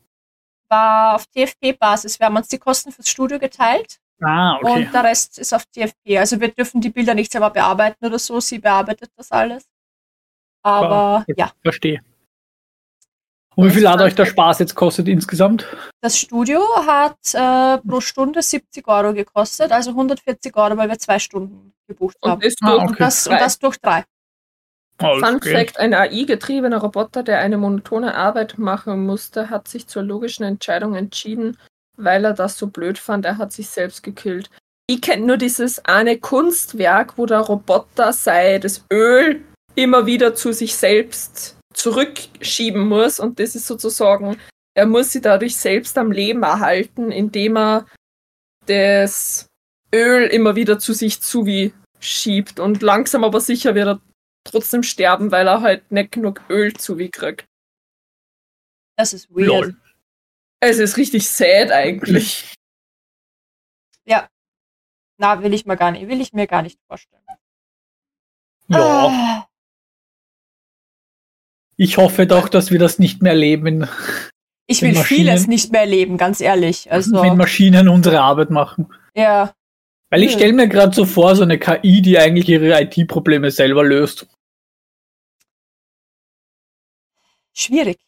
Speaker 1: War auf TFP-Basis. Wir haben uns die Kosten fürs Studio geteilt
Speaker 2: Ah, okay.
Speaker 1: und der Rest ist auf TFP. Also wir dürfen die Bilder nicht selber bearbeiten oder so. Sie bearbeitet das alles. Aber
Speaker 2: Wow.
Speaker 1: ja,
Speaker 2: Verstehe. Und wie viel hat euch der Spaß jetzt kostet insgesamt?
Speaker 1: das Studio hat äh, pro Stunde 70 Euro gekostet, also 140 Euro, weil wir zwei Stunden gebucht haben.
Speaker 3: Und ist
Speaker 2: Ah,
Speaker 3: durch
Speaker 2: okay.
Speaker 1: Und, das, und das durch drei.
Speaker 2: Alles
Speaker 3: Fun
Speaker 2: okay.
Speaker 3: Fact, ein AI-getriebener Roboter, der eine monotone Arbeit machen musste, hat sich zur logischen Entscheidung entschieden, weil er das so blöd fand. Er hat sich selbst gekillt. Ich kenne nur dieses eine Kunstwerk, wo der Roboter sei das Öl immer wieder zu sich selbst zurückschieben muss. Und das ist sozusagen, er muss sie dadurch selbst am Leben erhalten, indem er das Öl immer wieder zu sich zuwie schiebt. Und langsam aber sicher wird er trotzdem sterben, weil er halt nicht genug Öl zu wie kriegt.
Speaker 1: Das ist weird.
Speaker 2: Lol.
Speaker 3: Es ist richtig sad eigentlich.
Speaker 1: Na, will ich mir gar nicht, will ich mir gar nicht vorstellen.
Speaker 2: Ja.
Speaker 1: Ah.
Speaker 2: Ich hoffe doch, dass wir das nicht mehr erleben,
Speaker 1: Ich
Speaker 2: Wenn
Speaker 1: will
Speaker 2: Maschinen-
Speaker 1: vieles nicht mehr erleben, ganz ehrlich.
Speaker 2: wenn
Speaker 1: Also,
Speaker 2: Maschinen unsere Arbeit machen.
Speaker 1: ja,
Speaker 2: Weil ich
Speaker 1: Nö.
Speaker 2: stelle mir gerade so vor, so eine KI, die eigentlich ihre IT-Probleme selber löst.
Speaker 1: schwierig.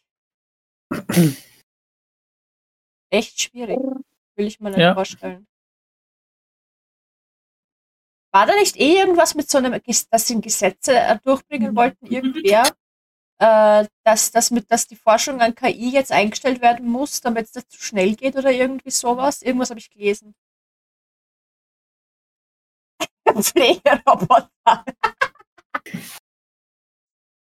Speaker 1: Echt schwierig. Will ich mir nicht
Speaker 2: Ja.
Speaker 1: vorstellen. War da nicht eh irgendwas mit so einem, Ges- dass sie Gesetze äh, durchbringen wollten, irgendwer? Äh, dass, dass, mit, dass die Forschung an KI jetzt eingestellt werden muss, damit es nicht zu schnell geht oder irgendwie sowas? Irgendwas habe ich gelesen. Pflegeroboter.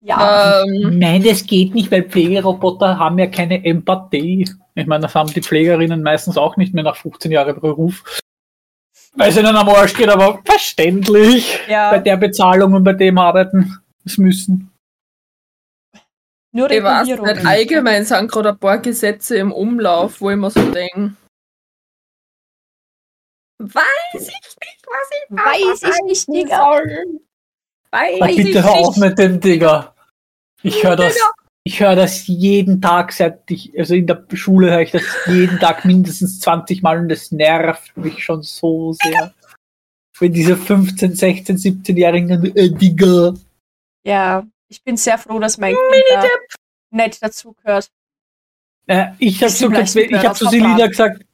Speaker 1: ja.
Speaker 3: Ähm,
Speaker 2: Nein, das geht nicht, weil Pflegeroboter haben ja keine Empathie. Ich meine, das haben die Pflegerinnen meistens auch nicht mehr nach 15 Jahren Beruf. Weil es ihnen am Arsch geht, aber verständlich. Bei
Speaker 1: Ja,
Speaker 2: der Bezahlung und bei dem Arbeiten. Es müssen.
Speaker 1: nur
Speaker 3: ich weiß nicht,
Speaker 1: Regulierung.
Speaker 3: allgemein sind gerade ein paar Gesetze im Umlauf, wo ich mir so denke. Weiß ich nicht, was ich
Speaker 1: Weiß ich nicht, Digga.
Speaker 3: soll. Weiß
Speaker 2: Na,
Speaker 3: ich
Speaker 2: bitte hör auf
Speaker 3: nicht.
Speaker 2: mit dem Digga. Ich höre das,
Speaker 3: Digga.
Speaker 2: ich höre das jeden Tag, seit ich, also in der Schule höre ich das jeden Tag mindestens 20 Mal und das nervt mich schon so sehr. Wenn diese 15, 16, 17-Jährigen, äh, Digga.
Speaker 1: Ja, ich bin sehr froh, dass mein Kind da nicht dazu gehört.
Speaker 2: Äh, ich habe
Speaker 1: Ist ihm
Speaker 2: so gesagt,
Speaker 1: leicht mit
Speaker 2: ich hab
Speaker 1: Burnout
Speaker 2: zu Selida
Speaker 1: verbrannt.
Speaker 2: gesagt,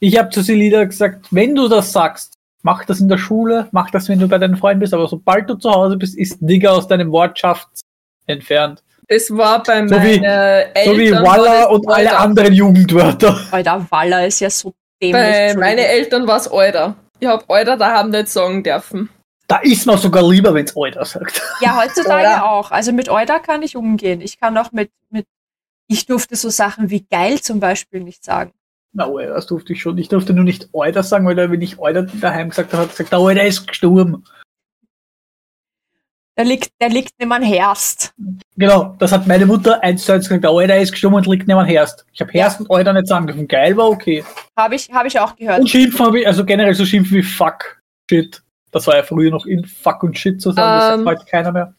Speaker 2: ich habe zu Selida gesagt, wenn du das sagst, mach das in der Schule, mach das, wenn du bei deinen Freunden bist, aber sobald du zu Hause bist, ist Digga aus deinem Wortschatz entfernt.
Speaker 3: Das war bei
Speaker 2: So wie-
Speaker 3: meinen Eltern.
Speaker 2: So wie
Speaker 3: war
Speaker 2: Walla
Speaker 3: das
Speaker 2: und alle
Speaker 3: Alter.
Speaker 2: anderen Jugendwörter.
Speaker 1: Weil der Waller ist ja so dämlich.
Speaker 3: Bei
Speaker 1: Entschuldigung.
Speaker 3: meinen Eltern war es Euder. Ich hab Euder daheim nicht sagen dürfen.
Speaker 2: Da ist man sogar lieber, wenn's Alter sagt.
Speaker 1: ja, heutzutage
Speaker 3: Oder?
Speaker 1: auch. Also mit Euda kann ich umgehen. Ich kann auch mit, mit, ich durfte so Sachen wie geil zum Beispiel nicht sagen.
Speaker 2: Na, Alter, das durfte ich schon. Ich durfte nur nicht Alter sagen, weil wenn ich Alter daheim gesagt habe, hat gesagt, der Alter ist gestorben.
Speaker 1: Der liegt, der liegt neben einem Herst.
Speaker 2: Genau, das hat meine Mutter eins zu eins gesagt, der Alter ist gestorben und liegt neben dem Herst. Ich habe Herst und Alter nicht sagen dürfen. Geil war okay.
Speaker 1: Habe ich, hab ich auch gehört.
Speaker 2: Und schimpfen habe ich, also generell so schimpfen wie Fuck, Shit. Das war ja früher noch in Fuck und Shit zu sagen, das
Speaker 3: Ähm.
Speaker 2: sagt heute keiner mehr.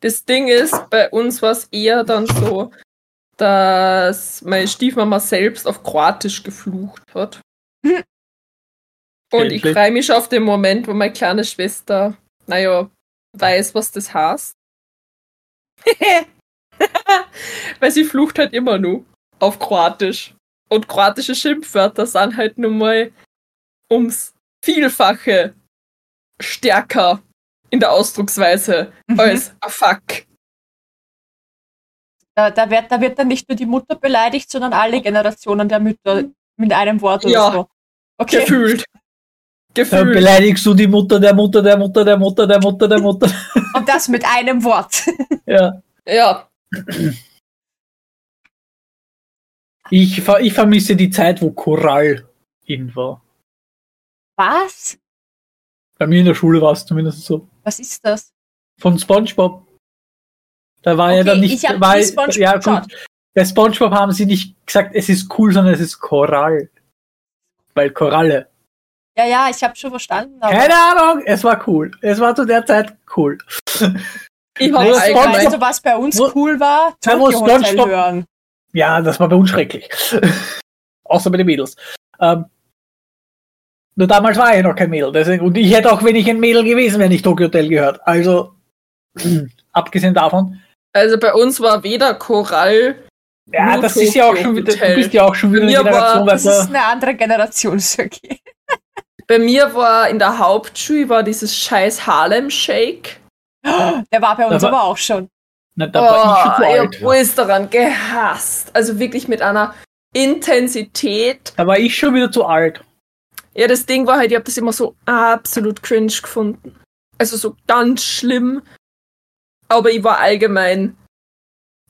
Speaker 3: Das Ding ist, bei uns war es eher dann so, dass meine Stiefmama selbst auf Kroatisch geflucht hat.
Speaker 1: Hm.
Speaker 3: Und ich
Speaker 2: Endlich.
Speaker 3: freue mich schon auf den Moment, wo meine kleine Schwester, naja, weiß, was das heißt. Weil sie flucht halt immer nur auf Kroatisch. Und kroatische Schimpfwörter sind halt nun mal ums Vielfache stärker in der Ausdrucksweise
Speaker 1: Mhm.
Speaker 3: als a ah, fuck.
Speaker 1: Da, da, wird, da wird dann nicht nur die Mutter beleidigt, sondern alle Generationen der Mütter mit einem Wort oder
Speaker 3: Ja.
Speaker 1: so. Okay.
Speaker 3: Gefühlt.
Speaker 2: Dann
Speaker 3: Gefühl.
Speaker 2: beleidigst du die Mutter der Mutter der Mutter der Mutter der Mutter der Mutter.
Speaker 1: Und das mit einem Wort.
Speaker 2: ja.
Speaker 3: Ja,
Speaker 2: Ich, ver ich vermisse die Zeit, wo Choral in war.
Speaker 1: Was?
Speaker 2: Bei mir in der Schule war es zumindest so.
Speaker 1: Was ist das?
Speaker 2: Von SpongeBob. Da war Ah, ja
Speaker 1: Okay,
Speaker 2: dann nicht.
Speaker 1: ich hab
Speaker 2: war,
Speaker 1: nie SpongeBob
Speaker 2: ja, gut. Bei SpongeBob haben sie nicht gesagt, es ist cool, sondern es ist Choral. Weil Koralle.
Speaker 1: Ja, ja, ich habe schon verstanden. Aber
Speaker 2: Keine Ahnung, es war cool. Es war zu der Zeit cool.
Speaker 3: ich
Speaker 2: Wo
Speaker 3: habe
Speaker 2: ist
Speaker 3: allgemein.
Speaker 1: weißt du, was bei uns
Speaker 2: Wo-
Speaker 1: cool war?
Speaker 2: Ja, wo ist
Speaker 1: Tokyo Hotel
Speaker 2: Spongebob?
Speaker 1: hören.
Speaker 2: Ja, das war bei uns schrecklich. Außer bei den Mädels. Ähm, nur damals war ich noch kein Mädel. Deswegen, und ich hätte auch, wenn ich ein Mädel gewesen wäre, nicht Tokyo Hotel gehört. Also, abgesehen davon.
Speaker 3: Also bei uns war weder Korall,
Speaker 2: Ja,
Speaker 3: Nur
Speaker 2: das ist ja auch
Speaker 3: Tokyo
Speaker 2: schon wieder, du
Speaker 3: Hotel.
Speaker 2: bist ja auch schon wieder
Speaker 3: Bei
Speaker 2: eine
Speaker 3: mir
Speaker 2: Generation,
Speaker 3: war-
Speaker 1: Das
Speaker 2: weil
Speaker 1: ist
Speaker 2: wir-
Speaker 1: eine andere Generation, Sergei.
Speaker 3: bei mir war in der Hauptschule war dieses scheiß Harlem Shake.
Speaker 1: Der war bei uns
Speaker 2: Aber-
Speaker 1: aber auch schon.
Speaker 2: na, da war ich schon zu
Speaker 3: Oh, ich
Speaker 2: alt.
Speaker 3: hab alles daran gehasst. Also wirklich mit einer Intensität.
Speaker 2: Da war ich schon wieder zu alt.
Speaker 3: Ja, das Ding war halt, ich habe das immer so absolut cringe gefunden. Also so ganz schlimm. Aber ich war allgemein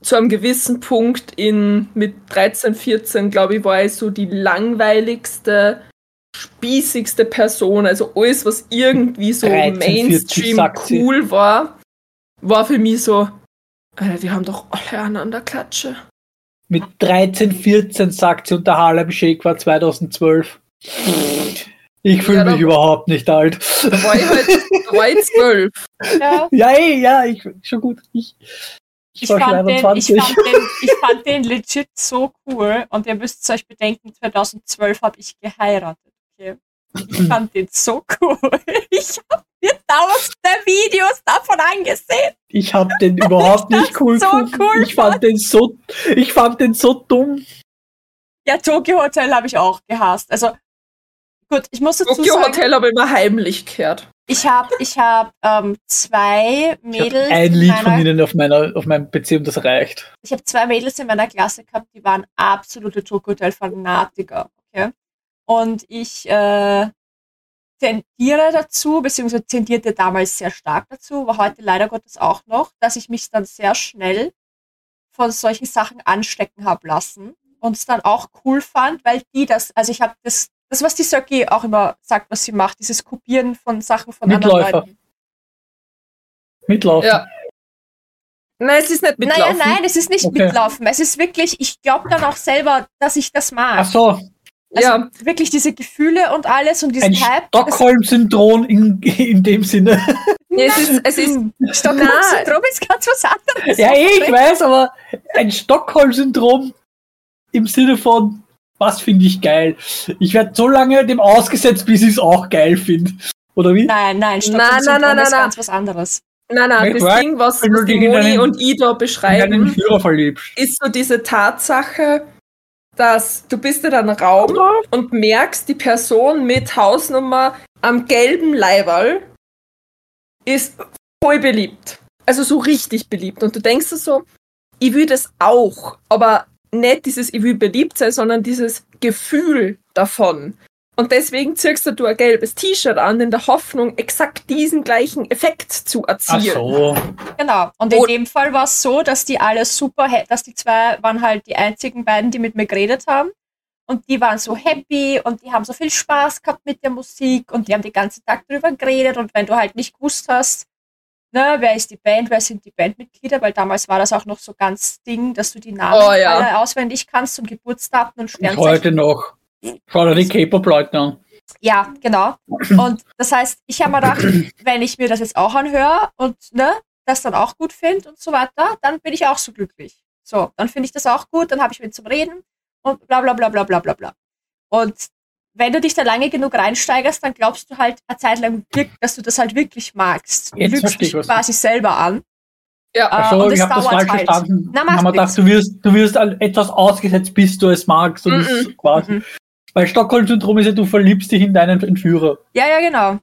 Speaker 3: zu einem gewissen Punkt in mit 13, 14, glaube ich, war ich so die langweiligste, spießigste Person. Also alles, was irgendwie so
Speaker 2: 13, 14,
Speaker 3: Mainstream
Speaker 2: sagt sie.
Speaker 3: cool war, war für mich so, Alter, die haben doch alle einen an der Klatsche.
Speaker 2: Mit 13, 14 sagt sie und der Harlem Shake war 2012. Ich fühle
Speaker 3: Ja, da-
Speaker 2: mich überhaupt nicht alt.
Speaker 3: Da war ich halt, da war ich zwölf.
Speaker 1: Ja.
Speaker 2: Ja, ey, ja, ich, schon gut. Ich, ich,
Speaker 1: Ich,
Speaker 2: war schon
Speaker 1: fand den, ich,
Speaker 2: 21.
Speaker 1: fand den, ich fand den legit so cool. Und ihr müsst euch bedenken, 2012 habe ich geheiratet. Okay. Ich fand den so cool. Ich habe mir tausende Videos davon angesehen.
Speaker 2: Ich hab den überhaupt nicht cool
Speaker 1: so
Speaker 2: gefunden.
Speaker 1: cool
Speaker 2: ich fand den so, ich fand den so dumm.
Speaker 1: Ja, Tokyo Hotel habe ich auch gehasst. Also, gut, ich muss dazu
Speaker 3: Tokyo
Speaker 1: sagen,
Speaker 3: Hotel habe ich immer heimlich gehört.
Speaker 1: ich habe ich hab, ähm, zwei Mädels.
Speaker 2: ich hab ein
Speaker 1: in
Speaker 2: Lied
Speaker 1: meiner-
Speaker 2: von ihnen auf meiner, auf meinem PC und das reicht.
Speaker 1: ich habe zwei Mädels in meiner Klasse gehabt, die waren absolute Tokyo-Hotel-Fanatiker. Okay? Und ich äh, tendiere dazu, beziehungsweise tendierte damals sehr stark dazu, aber heute leider Gottes auch noch, dass ich mich dann sehr schnell von solchen Sachen anstecken habe lassen und es dann auch cool fand, weil die das, also ich habe das, das, was die Sergei auch immer sagt, was sie macht, dieses Kopieren von Sachen von anderen
Speaker 2: Mitläufer.
Speaker 1: Leuten.
Speaker 2: Mitlaufen.
Speaker 3: Ja. Nein, es ist nicht mitlaufen.
Speaker 1: Naja, nein, es ist nicht
Speaker 2: Okay.
Speaker 1: mitlaufen. Es ist wirklich, ich glaube dann auch selber, dass ich das mag.
Speaker 2: Ach so,
Speaker 1: Also
Speaker 3: Ja.
Speaker 1: wirklich diese Gefühle und alles und diesen
Speaker 2: ein
Speaker 1: Hype.
Speaker 2: Stockholm-Syndrom in, in dem Sinne.
Speaker 3: Nee, es ist, es ist,
Speaker 1: das- Stockholm-Syndrom ist ganz was anderes.
Speaker 2: Ja, eh, ich weiß, aber ein Stockholm-Syndrom im Sinne von, was finde ich geil? Ich werde so lange dem ausgesetzt, bis ich es auch geil finde. Oder wie?
Speaker 1: Nein, nein,
Speaker 3: Nein, nein,
Speaker 1: Stockholm-Syndrom
Speaker 3: nein,
Speaker 1: ist
Speaker 3: nein,
Speaker 1: ganz was anderes.
Speaker 3: nein, nein,
Speaker 2: Ich
Speaker 3: das
Speaker 2: weiß,
Speaker 3: Ding, was,
Speaker 2: wenn du
Speaker 3: was die
Speaker 2: dich in
Speaker 3: Moni
Speaker 2: einen-
Speaker 3: und ich
Speaker 2: Wenn
Speaker 3: da
Speaker 2: du einen
Speaker 3: beschreiben,
Speaker 2: Führer verliebst.
Speaker 3: ist so diese Tatsache, dass du bist in einem Raum und merkst, die Person mit Hausnummer am gelben Leiberl ist voll beliebt. Also so richtig beliebt. Und du denkst dir so, ich will das auch, aber nicht dieses ich will beliebt sein, sondern dieses Gefühl davon. Und deswegen zirkst du ein gelbes T-Shirt an, in der Hoffnung, exakt diesen gleichen Effekt zu
Speaker 2: Ach
Speaker 3: erzielen.
Speaker 2: so.
Speaker 1: Genau. Und in
Speaker 3: Oh.
Speaker 1: dem Fall war es so, dass die alle super, ha- dass die zwei waren halt die einzigen beiden, die mit mir geredet haben. Und die waren so happy und die haben so viel Spaß gehabt mit der Musik und die haben den ganzen Tag drüber geredet. Und wenn du halt nicht gewusst hast, ne, wer ist die Band, wer sind die Bandmitglieder, weil damals war das auch noch so ganz Ding, dass du die Namen
Speaker 3: Oh, ja.
Speaker 1: alle auswendig kannst und Geburtsdaten und
Speaker 2: Und
Speaker 1: Sternzeichen.
Speaker 2: heute noch. Schau dir die K-Pop-Leute an.
Speaker 1: Ja, genau. Und das heißt, ich habe mir gedacht, wenn ich mir das jetzt auch anhöre und ne, das dann auch gut finde und so weiter, dann bin ich auch so glücklich. So, dann finde ich das auch gut, dann habe ich mit zum Reden und bla bla bla bla bla bla bla. Und wenn du dich da lange genug reinsteigerst, dann glaubst du halt eine Zeit lang, wirk- dass du das halt wirklich magst. Du
Speaker 2: Jetzt
Speaker 1: lügst
Speaker 2: verstehe
Speaker 1: dich
Speaker 2: ich, was du-
Speaker 1: quasi selber an.
Speaker 3: Ja.
Speaker 1: Äh,
Speaker 2: Achso,
Speaker 1: und es
Speaker 2: ich habe das
Speaker 1: dauert
Speaker 2: falsch
Speaker 1: halt.
Speaker 2: verstanden.
Speaker 1: Na,
Speaker 2: Na,
Speaker 1: macht
Speaker 2: haben wir
Speaker 1: nix.
Speaker 2: gedacht, du wirst, du wirst an etwas ausgesetzt, bis du es magst. Und
Speaker 3: Mhm.
Speaker 2: es quasi.
Speaker 1: Mhm.
Speaker 2: Weil Stockholm-Syndrom ist ja, du verliebst dich in deinen Entführer.
Speaker 1: Ja, ja, genau.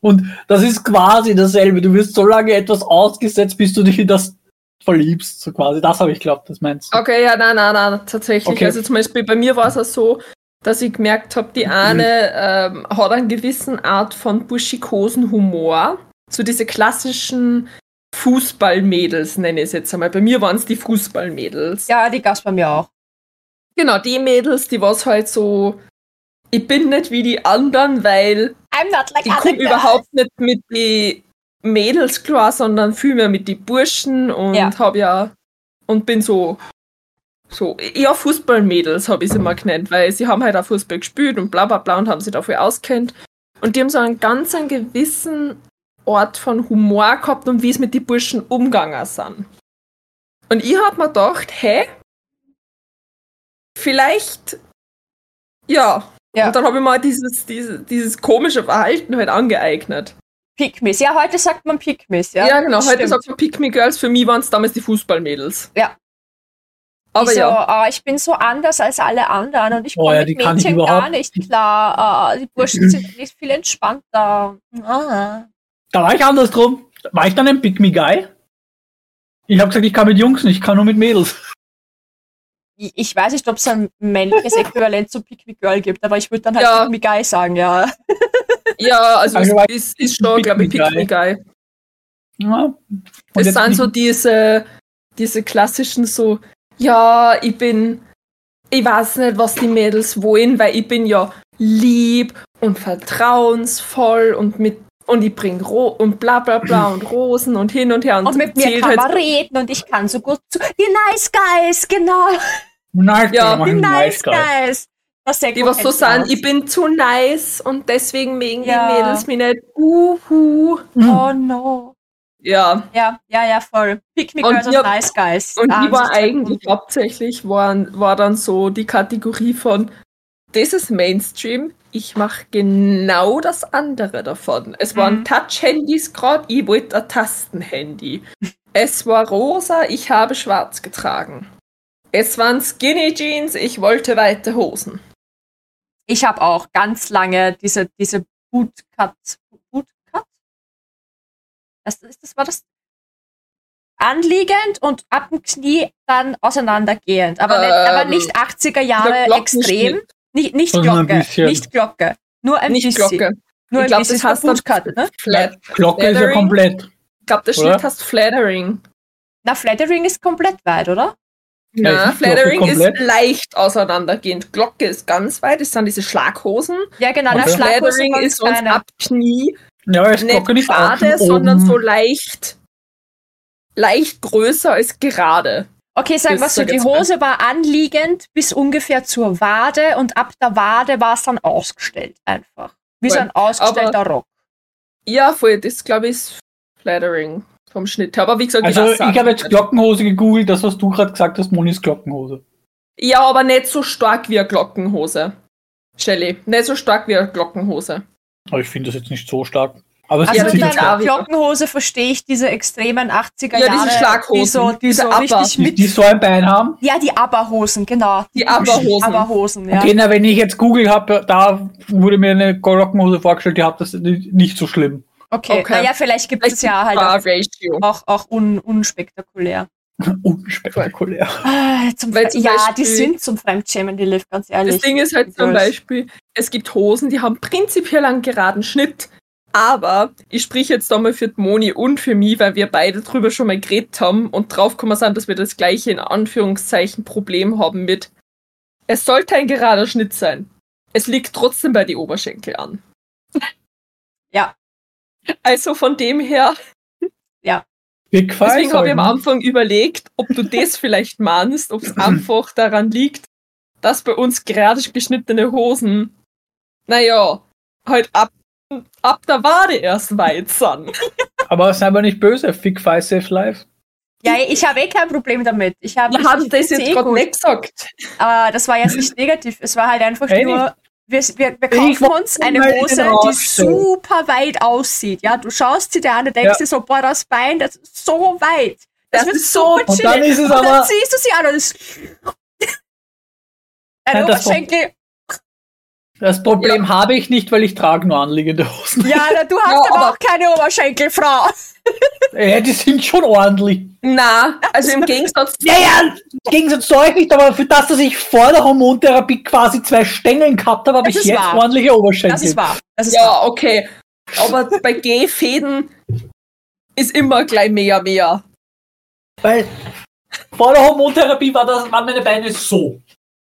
Speaker 2: Und das ist quasi dasselbe. Du wirst so lange etwas ausgesetzt, bis du dich in das verliebst. So quasi. Das habe ich glaubt, das meinst du.
Speaker 3: Okay, ja, nein, nein, nein, tatsächlich.
Speaker 2: Okay.
Speaker 3: Also zum Beispiel bei mir war es auch so, dass ich gemerkt habe, die eine ähm, hat einen gewissen Art von buschikosen Humor. So diese klassischen Fußballmädels nenne ich es jetzt einmal. Bei mir waren es die Fußballmädels.
Speaker 1: Ja, die gab's bei mir auch.
Speaker 3: Genau, die Mädels, die was halt so, ich bin nicht wie die anderen, weil
Speaker 1: I'm not like
Speaker 3: ich komme überhaupt nicht mit den Mädels klar, sondern vielmehr mit den Burschen und
Speaker 1: Ja.
Speaker 3: hab ja und bin so so ja Fußballmädels habe ich sie mal genannt, weil sie haben halt auch Fußball gespielt und bla bla bla und haben sich dafür auskennt und die haben so einen ganz einen gewissen Ort von Humor gehabt und wie es mit den Burschen umgegangen sind. Und ich hab mir gedacht, hä? Vielleicht ja.
Speaker 1: Ja.
Speaker 3: Und dann habe ich mal dieses, dieses, dieses komische Verhalten halt angeeignet.
Speaker 1: Pick-Miss. Ja, heute sagt man Pick-Miss, ja.
Speaker 3: Ja, genau.
Speaker 1: das
Speaker 3: Heute
Speaker 1: stimmt.
Speaker 3: sagt man Pick Me Girls. Für mich waren es damals die Fußballmädels.
Speaker 1: Ja.
Speaker 3: Aber
Speaker 1: die so,
Speaker 3: ja.
Speaker 1: ah, ich bin so anders als alle anderen und ich
Speaker 2: Oh
Speaker 1: komme
Speaker 2: ja, die
Speaker 1: mit
Speaker 2: kann ich
Speaker 1: Mädchen gar
Speaker 2: überhaupt
Speaker 1: nicht klar. Ah, die Burschen sind nicht viel entspannter. Ah.
Speaker 2: Da war ich andersrum. War ich dann ein Big Me Guy? Ich habe gesagt, ich kann mit Jungs nicht, ich kann nur mit Mädels.
Speaker 1: Ich ich weiß nicht, ob es ein männliches Äquivalent zu Pick Me Girl gibt, aber ich würde dann halt
Speaker 3: Ja.
Speaker 1: Pick Me Guy sagen, ja.
Speaker 3: Ja, also,
Speaker 2: Also,
Speaker 3: es ist, ist schon,
Speaker 2: Pick
Speaker 3: glaube ich,
Speaker 2: Me
Speaker 3: Pick
Speaker 2: Guy.
Speaker 3: Me Guy.
Speaker 2: Ja. Und
Speaker 3: Es
Speaker 2: jetzt
Speaker 3: sind
Speaker 2: nicht-
Speaker 3: so diese, diese klassischen so, ja, ich bin, ich weiß nicht, was die Mädels wollen, weil ich bin ja lieb und vertrauensvoll und mit und ich bring Ro und bla bla bla und Rosen und hin und her und,
Speaker 1: Und mit mir
Speaker 3: zählt
Speaker 1: kann man
Speaker 3: halt,
Speaker 1: reden und ich kann so gut zu. Die Nice Guys, genau.
Speaker 2: Nice,
Speaker 3: Ja,
Speaker 2: ja,
Speaker 1: Die
Speaker 2: machen
Speaker 1: Nice
Speaker 2: nice Guy.
Speaker 1: Guys. Das sehr
Speaker 3: die
Speaker 1: gut
Speaker 3: was so
Speaker 1: entlarvt.
Speaker 3: sind, ich bin zu nice und deswegen mögen
Speaker 1: Ja.
Speaker 3: die Mädels mich nicht. Uhu.
Speaker 2: Mhm.
Speaker 1: Oh no.
Speaker 3: Ja,
Speaker 1: Ja, ja, ja, voll. Pick Me
Speaker 3: Und
Speaker 1: Girls und,
Speaker 3: wir-
Speaker 1: Nice Guys.
Speaker 3: und die
Speaker 1: haben
Speaker 3: war
Speaker 1: sich sehr
Speaker 3: eigentlich
Speaker 1: gefunden.
Speaker 3: hauptsächlich waren, war dann so die Kategorie von das ist Mainstream, ich mache genau das andere davon. Es waren
Speaker 1: Mhm.
Speaker 3: Touch-Handys gerade, ich wollte ein Tastenhandy. es war rosa, ich habe schwarz getragen. Es waren Skinny Jeans, ich wollte weite Hosen.
Speaker 1: Ich habe auch ganz lange diese, diese Bootcut. Bootcut? Das, ist das war das? Anliegend und ab dem Knie dann auseinandergehend. Aber, nicht,
Speaker 3: Ähm,
Speaker 1: aber nicht 80er Jahre
Speaker 3: Der
Speaker 1: extrem.
Speaker 3: Glockenschnitt,
Speaker 1: Nicht, nicht
Speaker 2: Sondern Also ein
Speaker 1: Glocke.
Speaker 2: bisschen.
Speaker 1: Nicht Glocke. Nur ein
Speaker 3: Nicht
Speaker 1: bisschen.
Speaker 3: Glocke.
Speaker 1: Nur
Speaker 3: Ich
Speaker 1: ein
Speaker 3: glaub,
Speaker 1: bisschen.
Speaker 3: das heißt dann-
Speaker 1: Bootcut, ne?
Speaker 3: Flat.
Speaker 2: Glocke ist ja
Speaker 3: Leathering.
Speaker 2: komplett.
Speaker 3: Ich glaube, der
Speaker 2: Oder?
Speaker 3: Schnitt heißt Flattering.
Speaker 1: Na, Flattering ist komplett weit, oder?
Speaker 2: Ja,
Speaker 3: Na,
Speaker 2: ist nicht Glocke
Speaker 3: Flattering ist
Speaker 2: komplett.
Speaker 3: leicht auseinandergehend. Glocke ist ganz weit, das sind diese Schlaghosen.
Speaker 1: Ja, genau. Na,
Speaker 2: Okay.
Speaker 1: Schlaghosen
Speaker 3: Flattering
Speaker 1: ganz
Speaker 3: ist uns
Speaker 1: kleine.
Speaker 3: ab Knie
Speaker 2: Ja, aber ist
Speaker 3: nicht
Speaker 2: Glocke nicht auch
Speaker 3: gerade,
Speaker 2: schon
Speaker 3: sondern
Speaker 2: oben?
Speaker 3: so leicht, leicht größer als gerade.
Speaker 1: Okay, sagen wir
Speaker 3: Ist
Speaker 1: so,
Speaker 3: so
Speaker 1: die
Speaker 3: jetzt mal.
Speaker 1: Hose war anliegend bis ungefähr zur Wade und ab der Wade war es dann ausgestellt einfach. Wie so ein ausgestellter Rock.
Speaker 3: Ja, voll, das glaube ich ist Flattering vom Schnitt. her. Aber wie gesagt,
Speaker 2: Also
Speaker 3: weiß
Speaker 2: ich
Speaker 3: auch
Speaker 2: habe jetzt
Speaker 3: nicht.
Speaker 2: Glockenhose gegoogelt, das was du gerade gesagt hast, Monis Glockenhose.
Speaker 3: Ja, aber nicht so stark wie eine Glockenhose. Shelley, nicht so stark wie eine Glockenhose.
Speaker 2: Aber ich finde das jetzt nicht so stark. Aber es
Speaker 1: Also
Speaker 3: Ja,
Speaker 2: ist
Speaker 1: mit
Speaker 2: ziemlich
Speaker 3: natürlich dann
Speaker 1: einer
Speaker 2: stark.
Speaker 3: auch wieder.
Speaker 1: Glockenhose verstehe ich diese extremen 80er
Speaker 3: Ja,
Speaker 1: Jahre.
Speaker 3: diese Schlaghosen,
Speaker 1: Die so, die
Speaker 3: diese
Speaker 1: so
Speaker 3: Upper.
Speaker 1: richtig
Speaker 2: Die,
Speaker 1: mit.
Speaker 2: die so ein Bein haben.
Speaker 1: ja, die Abba-Hosen, genau.
Speaker 3: Die Aberhosen.
Speaker 1: Abba-Hosen, ja.
Speaker 2: Okay, na, wenn ich jetzt Google habe, da wurde mir eine Glockenhose vorgestellt, die hat das nicht so schlimm.
Speaker 1: Okay,
Speaker 3: Okay.
Speaker 1: naja, vielleicht gibt es ja halt
Speaker 3: Ah,
Speaker 1: auch,
Speaker 3: Ratio.
Speaker 1: auch, auch un, unspektakulär.
Speaker 2: Unspektakulär.
Speaker 1: Ah, zum
Speaker 3: Weil
Speaker 1: Fre-
Speaker 3: zum
Speaker 1: ja, die
Speaker 3: Beispiel-
Speaker 1: sind zum Fremdschämen, die Liv, ganz ehrlich.
Speaker 3: Das Ding ist halt zum
Speaker 1: Girls.
Speaker 3: Beispiel, es gibt Hosen, die haben prinzipiell einen geraden Schnitt. Aber ich spreche jetzt einmal für die Moni und für mich, weil wir beide drüber schon mal geredet haben und draufgekommen sind, dass wir das gleiche in Anführungszeichen Problem haben mit. Es sollte ein gerader Schnitt sein. Es liegt trotzdem bei die Oberschenkel an.
Speaker 1: Ja.
Speaker 3: Also von dem her,
Speaker 2: Big Five.
Speaker 3: deswegen habe ich am
Speaker 2: sagen.
Speaker 3: Anfang überlegt, ob du das vielleicht meinst, ob es einfach daran liegt, dass bei uns gerade geschnittene Hosen, naja, halt ab, ab der Wade erst weit sind.
Speaker 2: Aber sei mal nicht böse. Big Five Saves Life.
Speaker 1: Ja, ich habe eh kein Problem damit. Ich habe
Speaker 3: Wir haben das
Speaker 1: find's
Speaker 3: jetzt
Speaker 1: eh
Speaker 3: gerade
Speaker 1: gut.
Speaker 3: nicht gesagt.
Speaker 1: Aber das war jetzt nicht negativ. Es war halt einfach
Speaker 2: Hey.
Speaker 1: nur, wir, wir, wir
Speaker 2: Ich
Speaker 1: kaufen uns
Speaker 2: wollte
Speaker 1: eine
Speaker 2: mal in
Speaker 1: Hose,
Speaker 2: den
Speaker 1: die
Speaker 2: Raum stellen.
Speaker 1: super weit aussieht. Ja, du schaust sie dir an und denkst
Speaker 2: Ja.
Speaker 1: dir so, boah, das Bein, das ist so weit. Das,
Speaker 3: Das
Speaker 1: wird
Speaker 3: ist
Speaker 1: so
Speaker 3: so-
Speaker 2: Und dann ist es
Speaker 1: Und dann
Speaker 2: aber-
Speaker 1: ziehst du sie an und es. Ein
Speaker 2: Nein, das-
Speaker 1: Oberschenkel.
Speaker 2: Das Problem habe ich nicht, weil ich trage nur anliegende Hosen.
Speaker 1: Ja, na, du hast
Speaker 3: Ja,
Speaker 1: aber,
Speaker 3: aber-
Speaker 1: auch keine Oberschenkelfrau.
Speaker 2: Ja, Äh, die sind schon ordentlich.
Speaker 3: Na, also im Gegensatz zu.
Speaker 2: Naja, im Gegensatz zu euch nicht, aber für das, dass ich vor der Hormontherapie quasi zwei Stängeln gehabt habe, habe
Speaker 1: Das
Speaker 2: ich
Speaker 1: ist
Speaker 2: jetzt
Speaker 1: wahr.
Speaker 2: ordentliche Oberschenkel.
Speaker 1: Das ist wahr. Das ist wahr.
Speaker 3: Ja, okay. Aber bei G-Fäden ist immer gleich mehr, mehr.
Speaker 2: Weil vor der Hormontherapie war das, waren meine Beine so.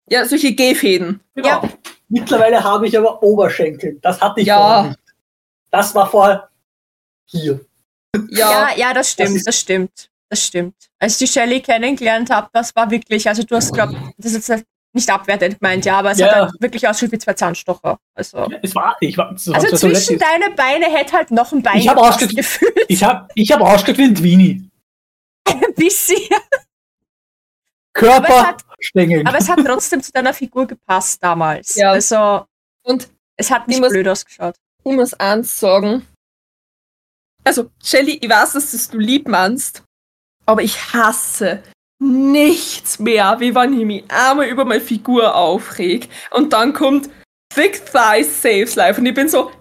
Speaker 3: Ja, solche G-Fäden.
Speaker 2: Genau.
Speaker 1: Ja.
Speaker 2: Mittlerweile habe ich aber Oberschenkel. Das hatte ich
Speaker 3: Ja.
Speaker 2: vorher nicht. Das war vorher hier.
Speaker 3: Ja. Also
Speaker 1: ja, das
Speaker 2: Das
Speaker 1: stimmt,
Speaker 2: ist-
Speaker 1: das stimmt. Das stimmt. Als ich die Shelley kennengelernt habe, das war wirklich, also du hast glaubt, das ist jetzt nicht abwertend gemeint, ja, aber es
Speaker 2: Ja,
Speaker 1: hat
Speaker 2: ja.
Speaker 1: halt wirklich ausgeschaut wie zwei Zahnstocher. Also,
Speaker 2: Es war, ich war, es war
Speaker 1: also
Speaker 2: so
Speaker 1: zwischen
Speaker 2: lässig.
Speaker 1: deine Beine hätte halt noch ein Bein
Speaker 2: Ich hab
Speaker 1: gepasst,
Speaker 2: ausge-
Speaker 1: gefühlt.
Speaker 2: ich habe ich hab ausgeschaut wie ein Dwini.
Speaker 1: Ein bisschen. Aber es
Speaker 2: Körper,
Speaker 1: hat-
Speaker 2: Stängel.
Speaker 1: Aber es hat trotzdem zu deiner Figur gepasst damals.
Speaker 3: Ja.
Speaker 1: Also,
Speaker 3: Und
Speaker 1: es hat
Speaker 3: Ich
Speaker 1: nicht
Speaker 3: muss-
Speaker 1: blöd ausgeschaut.
Speaker 3: ich muss eins sagen. Also, Shelly, ich weiß, dass das du lieb meinst, aber ich hasse nichts mehr, wie wenn ich mich einmal über meine Figur aufreg. Und dann kommt Thick Thighs Saves Life und ich bin so,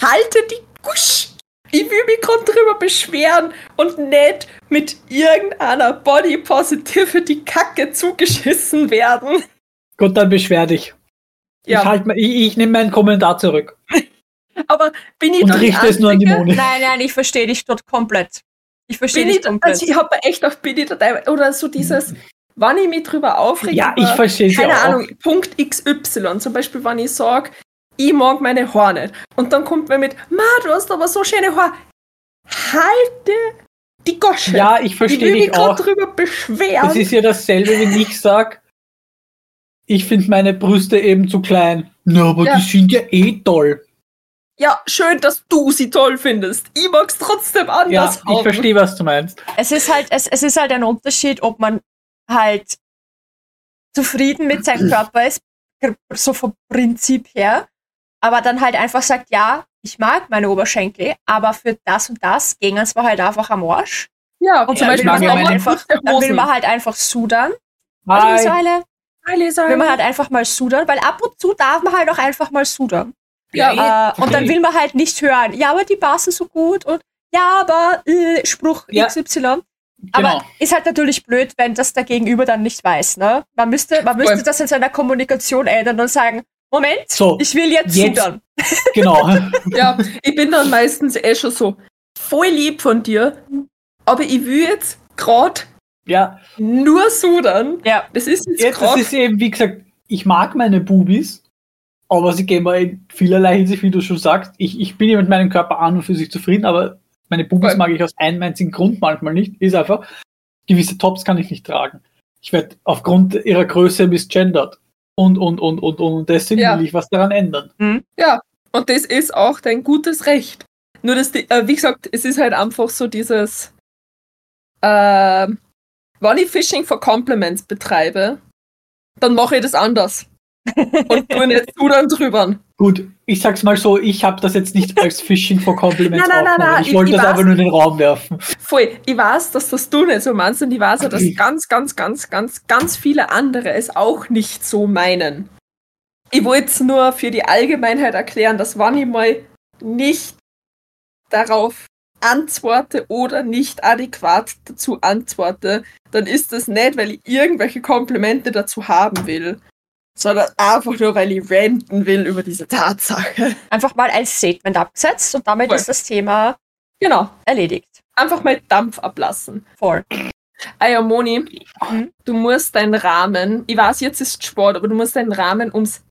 Speaker 3: halte die Gusch! Ich will mich gerade drüber beschweren und nicht mit irgendeiner Body Positivity Kacke zugeschissen werden.
Speaker 2: Gut, dann beschwer dich. Ich, halt, mein- ich, ich nehme meinen Kommentar zurück
Speaker 3: Aber bin ich
Speaker 2: und
Speaker 3: dann die
Speaker 2: richte es nur an die
Speaker 3: Einzige?
Speaker 2: Moni.
Speaker 1: Nein, nein, ich verstehe dich dort komplett. Ich verstehe
Speaker 3: bin
Speaker 1: dich
Speaker 3: ich,
Speaker 1: komplett.
Speaker 3: also ich habe echt auf bin ich da teilweise- oder so dieses, wann ich mich drüber aufrege.
Speaker 2: Ja, ich
Speaker 3: über-
Speaker 2: verstehe sie
Speaker 3: Keine
Speaker 2: auch.
Speaker 3: Ahnung, Punkt XY. Zum Beispiel, wenn ich sage, ich mag meine Haare nicht. Und dann kommt man mit, ma, du hast aber so schöne Haare. Halte die Gosche.
Speaker 2: Ja, ich
Speaker 3: ich
Speaker 2: verstehe
Speaker 3: will mich
Speaker 2: dich
Speaker 3: gerade
Speaker 2: auch.
Speaker 3: drüber
Speaker 2: Es
Speaker 3: beschweren.
Speaker 2: ist ja dasselbe, wenn ich sage, ich finde meine Brüste eben zu klein. Na, aber
Speaker 3: Ja.
Speaker 2: die sind ja eh toll.
Speaker 3: ja, schön, dass du sie toll findest. Ich mag's trotzdem
Speaker 2: Ja,
Speaker 3: anders.
Speaker 2: ich
Speaker 3: haben.
Speaker 2: verstehe, was du meinst.
Speaker 1: Es ist halt, es, es ist halt ein Unterschied, ob man halt zufrieden mit seinem Körper ist, gr- so vom Prinzip her, aber dann halt einfach sagt, ja, ich mag meine Oberschenkel, aber für das und das ging es mir halt einfach am Arsch.
Speaker 3: Ja,
Speaker 1: Und zum
Speaker 2: Ja, ich
Speaker 1: Beispiel
Speaker 2: mag
Speaker 1: will
Speaker 2: ja
Speaker 1: man, halt
Speaker 2: meine
Speaker 1: einfach, dann will man halt einfach sudern.
Speaker 2: Hi.
Speaker 1: Also, Säule, will man
Speaker 3: Hi.
Speaker 1: halt einfach mal sudern, weil ab und zu darf man halt auch einfach mal sudern.
Speaker 3: Ja, ah,
Speaker 1: Äh, und dann will man halt nicht hören, ja, aber die passen so gut und ja, aber äh, Spruch
Speaker 2: Ja.
Speaker 1: XY. Aber
Speaker 2: Genau.
Speaker 1: ist halt natürlich blöd, wenn das der Gegenüber dann nicht weiß, ne? Man müsste, man müsste
Speaker 3: Voll.
Speaker 1: das in seiner Kommunikation ändern und sagen, Moment,
Speaker 2: So,
Speaker 1: ich will jetzt,
Speaker 2: Jetzt.
Speaker 1: sudern.
Speaker 2: genau.
Speaker 3: Ja, ich bin dann meistens eh schon so voll lieb von dir, aber ich will jetzt gerade
Speaker 2: ja,
Speaker 3: nur sudern.
Speaker 1: Ja.
Speaker 3: Das ist jetzt,
Speaker 2: jetzt das
Speaker 3: gerade.
Speaker 2: ist eben, wie gesagt, ich mag meine Bubis, aber sie gehen mir in vielerlei Hinsicht, wie du schon sagst. Ich, ich bin ja mit meinem Körper an und für sich zufrieden, aber meine Bubis
Speaker 3: Voll.
Speaker 2: mag ich aus einem einzigen Grund manchmal nicht. Ist einfach, gewisse Tops kann ich nicht tragen. Ich werde aufgrund ihrer Größe misgendert. Und, und, und, und, und, und deswegen
Speaker 3: Ja.
Speaker 2: will ich was daran ändern.
Speaker 3: Und das ist auch dein gutes Recht. Nur, dass die, äh, wie gesagt, es ist halt einfach so dieses, ähm, wenn ich Fishing for Compliments betreibe, dann mache ich das anders. Und tu nicht sudern drüber.
Speaker 2: Gut, ich sag's mal so, ich habe das jetzt nicht als Fishing for Compliments
Speaker 3: Nein, nein, nein,
Speaker 2: aufgenommen.
Speaker 3: nein,
Speaker 2: Ich
Speaker 3: ich-
Speaker 2: wollte
Speaker 3: ich
Speaker 2: das
Speaker 3: weiß-
Speaker 2: einfach nur in den Raum werfen.
Speaker 3: Voll, ich weiß, dass das du nicht so meinst und ich weiß auch, dass
Speaker 2: Mhm.
Speaker 3: ganz, ganz, ganz, ganz, ganz viele andere es auch nicht so meinen. Ich wollte es nur für die Allgemeinheit erklären, dass wenn ich mal nicht darauf antworte oder nicht adäquat dazu antworte, dann ist das nicht, weil ich irgendwelche Komplimente dazu haben will, sondern einfach nur, weil ich ranten will über diese Tatsache.
Speaker 1: Einfach mal als Statement abgesetzt und damit
Speaker 3: Voll.
Speaker 1: ist das Thema
Speaker 3: Genau,
Speaker 1: erledigt.
Speaker 3: einfach mal Dampf ablassen.
Speaker 1: Voll.
Speaker 3: Aya Moni,
Speaker 1: Mhm.
Speaker 3: du musst deinen Rahmen, ich weiß, jetzt ist Sport, aber du musst deinen Rahmen ums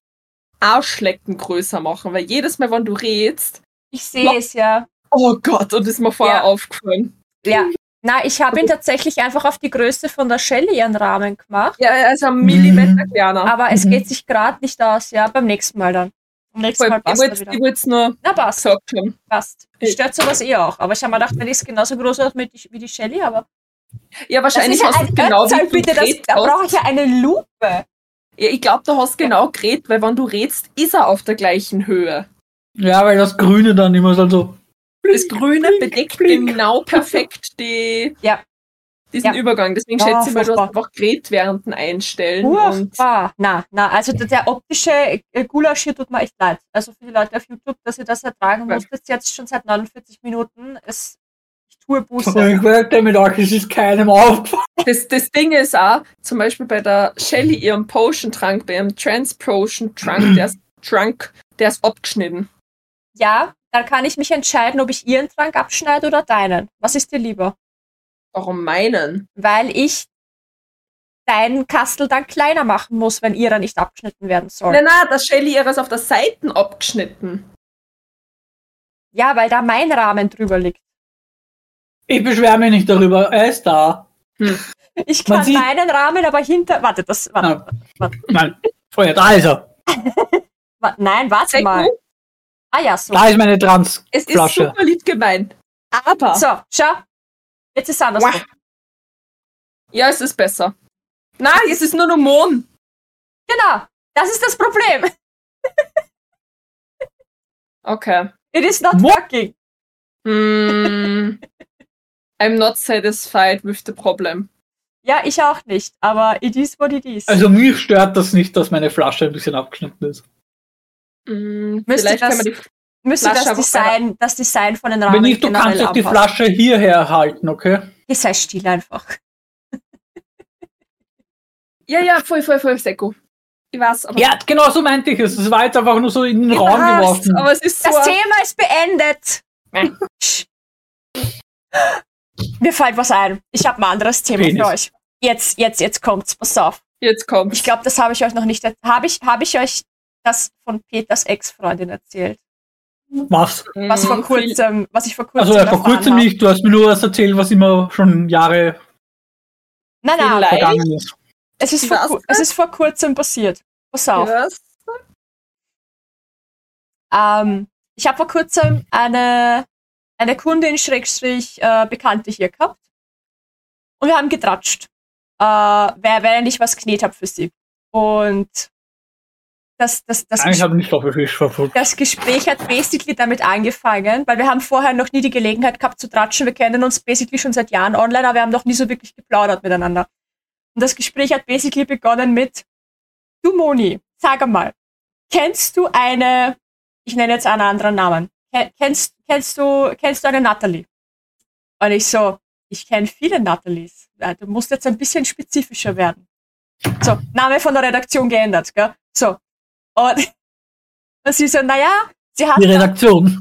Speaker 3: Arschlecken größer machen, weil jedes Mal, wenn du redest,
Speaker 1: Ich sehe es ja.
Speaker 3: oh Gott, und das ist mir vorher
Speaker 1: Ja.
Speaker 3: aufgefallen.
Speaker 1: Ja. Na, ich habe ihn tatsächlich einfach auf die Größe von der Shelley einen Rahmen gemacht,
Speaker 3: Ja, er ist ein Millimeter kleiner.
Speaker 1: aber es
Speaker 2: Mhm.
Speaker 1: geht sich gerade nicht aus, ja, beim nächsten Mal dann. Beim nächsten
Speaker 3: Voll,
Speaker 1: Mal
Speaker 3: ich
Speaker 1: passt er wieder.
Speaker 3: wollte es nur
Speaker 1: Na, passt.
Speaker 3: gesagt haben.
Speaker 1: passt. Stört sowas eh auch. Aber ich habe mir gedacht, wenn ich es genauso groß aus mit die- wie die Shelly, aber.
Speaker 3: Ja, wahrscheinlich hast du genau wie
Speaker 1: Ötzel,
Speaker 3: du
Speaker 1: bitte, das,
Speaker 3: geredet
Speaker 1: da
Speaker 3: hast.
Speaker 1: brauche ich ja eine Lupe.
Speaker 3: Ja, ich glaube, du hast genau geredet, weil wenn du redest, ist er auf der gleichen Höhe.
Speaker 2: Ja, weil das Grüne dann immer so- so.
Speaker 3: Das Grüne
Speaker 2: blink,
Speaker 3: bedeckt
Speaker 2: blink.
Speaker 3: genau perfekt die,
Speaker 1: Ja.
Speaker 3: diesen
Speaker 1: Ja.
Speaker 3: Übergang. Deswegen
Speaker 1: Ja,
Speaker 3: schätze ich mal, du hast
Speaker 1: furchtbar.
Speaker 3: einfach geredet während dem Einstellen. Und
Speaker 1: Furchtbar. Na, na, also der, der optische äh, Gulasch hier tut mir echt leid. Also für die Leute auf YouTube, dass ihr das ertragen
Speaker 3: Ja.
Speaker 1: musstet, jetzt schon seit 49 Minuten. Es, ich tue Buße.
Speaker 2: Ich wette mit euch, es ist keinem aufgefallen.
Speaker 3: das, das Ding ist auch, zum Beispiel bei der Shelly, ihrem Potion-Trank, bei ihrem Trans-Potion-Trunk, der ist, Trunk, der ist abgeschnitten.
Speaker 1: Ja, dann kann ich mich entscheiden, ob ich ihren Trank abschneide oder deinen. Was ist dir lieber?
Speaker 3: Warum meinen?
Speaker 1: Weil ich deinen Kastel dann kleiner machen muss, wenn ihrer nicht abgeschnitten werden soll.
Speaker 3: Nein, nein, der Shelly ihres auf der Seite abgeschnitten.
Speaker 1: Ja, weil da mein Rahmen drüber liegt.
Speaker 2: Ich beschwere mich nicht darüber, er ist da.
Speaker 1: Ich
Speaker 2: Man
Speaker 1: kann
Speaker 2: sieht-
Speaker 1: meinen Rahmen, aber hinter. Warte, das. Warte,
Speaker 2: Ah. Nein, vorher, da ist er.
Speaker 1: wa nein, warte
Speaker 3: Sehr
Speaker 1: mal.
Speaker 3: gut.
Speaker 1: Ah ja, so.
Speaker 2: Da ist meine Trans.
Speaker 3: Es ist
Speaker 2: Flasche.
Speaker 3: super lieb gemeint. Aber.
Speaker 1: So, schau. Jetzt ist es anders.
Speaker 3: Wah. Ja, es ist besser. Nein, es ist nur Nomon.
Speaker 1: Genau. Das ist das Problem.
Speaker 3: Okay.
Speaker 1: It is not
Speaker 2: What?
Speaker 1: working.
Speaker 3: Mm, I'm not satisfied with the problem.
Speaker 1: Ja, ich auch nicht, aber it is what it is.
Speaker 2: Also mich stört das nicht, dass meine Flasche ein bisschen abgeschnitten ist.
Speaker 3: Mm,
Speaker 1: Müsste
Speaker 3: vielleicht
Speaker 1: das-
Speaker 3: kann man die
Speaker 1: Müsste
Speaker 3: Flasche
Speaker 1: das
Speaker 3: aber
Speaker 1: Design, das Design von den Rahmen
Speaker 2: Wenn nicht, du
Speaker 1: generell
Speaker 2: kannst doch die
Speaker 1: anpassen.
Speaker 2: Flasche hierher halten, okay?
Speaker 1: Ihr seid still einfach.
Speaker 3: Ja, ja, voll, voll, voll, sehr gut. Ich weiß, aber.
Speaker 2: Ja, genau so meinte ich es. Es war jetzt einfach nur so in den
Speaker 3: ich
Speaker 2: Raum
Speaker 3: weiß,
Speaker 2: geworfen.
Speaker 3: Aber es ist so.
Speaker 1: Das Thema ist beendet. Sch. Mir fällt was ein. Ich habe ein anderes Thema
Speaker 2: Penis.
Speaker 1: für euch. Jetzt, jetzt, jetzt kommt's. Pass auf.
Speaker 3: Jetzt kommt.
Speaker 1: Ich glaube, das habe ich euch noch nicht. Habe ich, habe ich euch das von Peters Ex-Freundin erzählt? Oh.
Speaker 2: Was?
Speaker 3: Mm.
Speaker 1: Was
Speaker 2: Mhm.
Speaker 1: vor kurzem, was ich vor kurzem
Speaker 2: Also ja, vor
Speaker 1: erfahren
Speaker 2: kurzem
Speaker 1: habe.
Speaker 2: nicht. Du hast mir nur was erzählt, was immer schon Jahre
Speaker 1: Nein, nein,
Speaker 3: Vielleicht.
Speaker 2: vergangen ist.
Speaker 1: Es ist,
Speaker 3: Ich
Speaker 1: vor,
Speaker 3: weiß
Speaker 1: ku-
Speaker 3: nicht.
Speaker 1: es ist vor kurzem passiert. Pass auf.
Speaker 3: Was?
Speaker 1: Ähm, ich habe vor kurzem eine, eine Kundin, Schrägstrich, äh, Bekannte hier gehabt. Und wir haben getratscht. Äh, wer, während ich was genäht habe für sie. Und das, das, das,
Speaker 2: Eigentlich habe ich nicht auf Fisch verfolgt.
Speaker 1: das Gespräch hat basically damit angefangen, weil wir haben vorher noch nie die Gelegenheit gehabt zu tratschen. Wir kennen uns basically schon seit Jahren online, aber wir haben noch nie so wirklich geplaudert miteinander. Und das Gespräch hat basically begonnen mit, du Moni, sag einmal, kennst du eine, ich nenne jetzt einen anderen Namen, Ke- kennst, kennst du, kennst du eine Natalie? Und ich so, ich kenne viele Natalies. Ja, Du musst jetzt ein bisschen spezifischer werden. So, Name von der Redaktion geändert, gell? So. Und, und sie so, naja, sie hat
Speaker 2: Die Redaktion.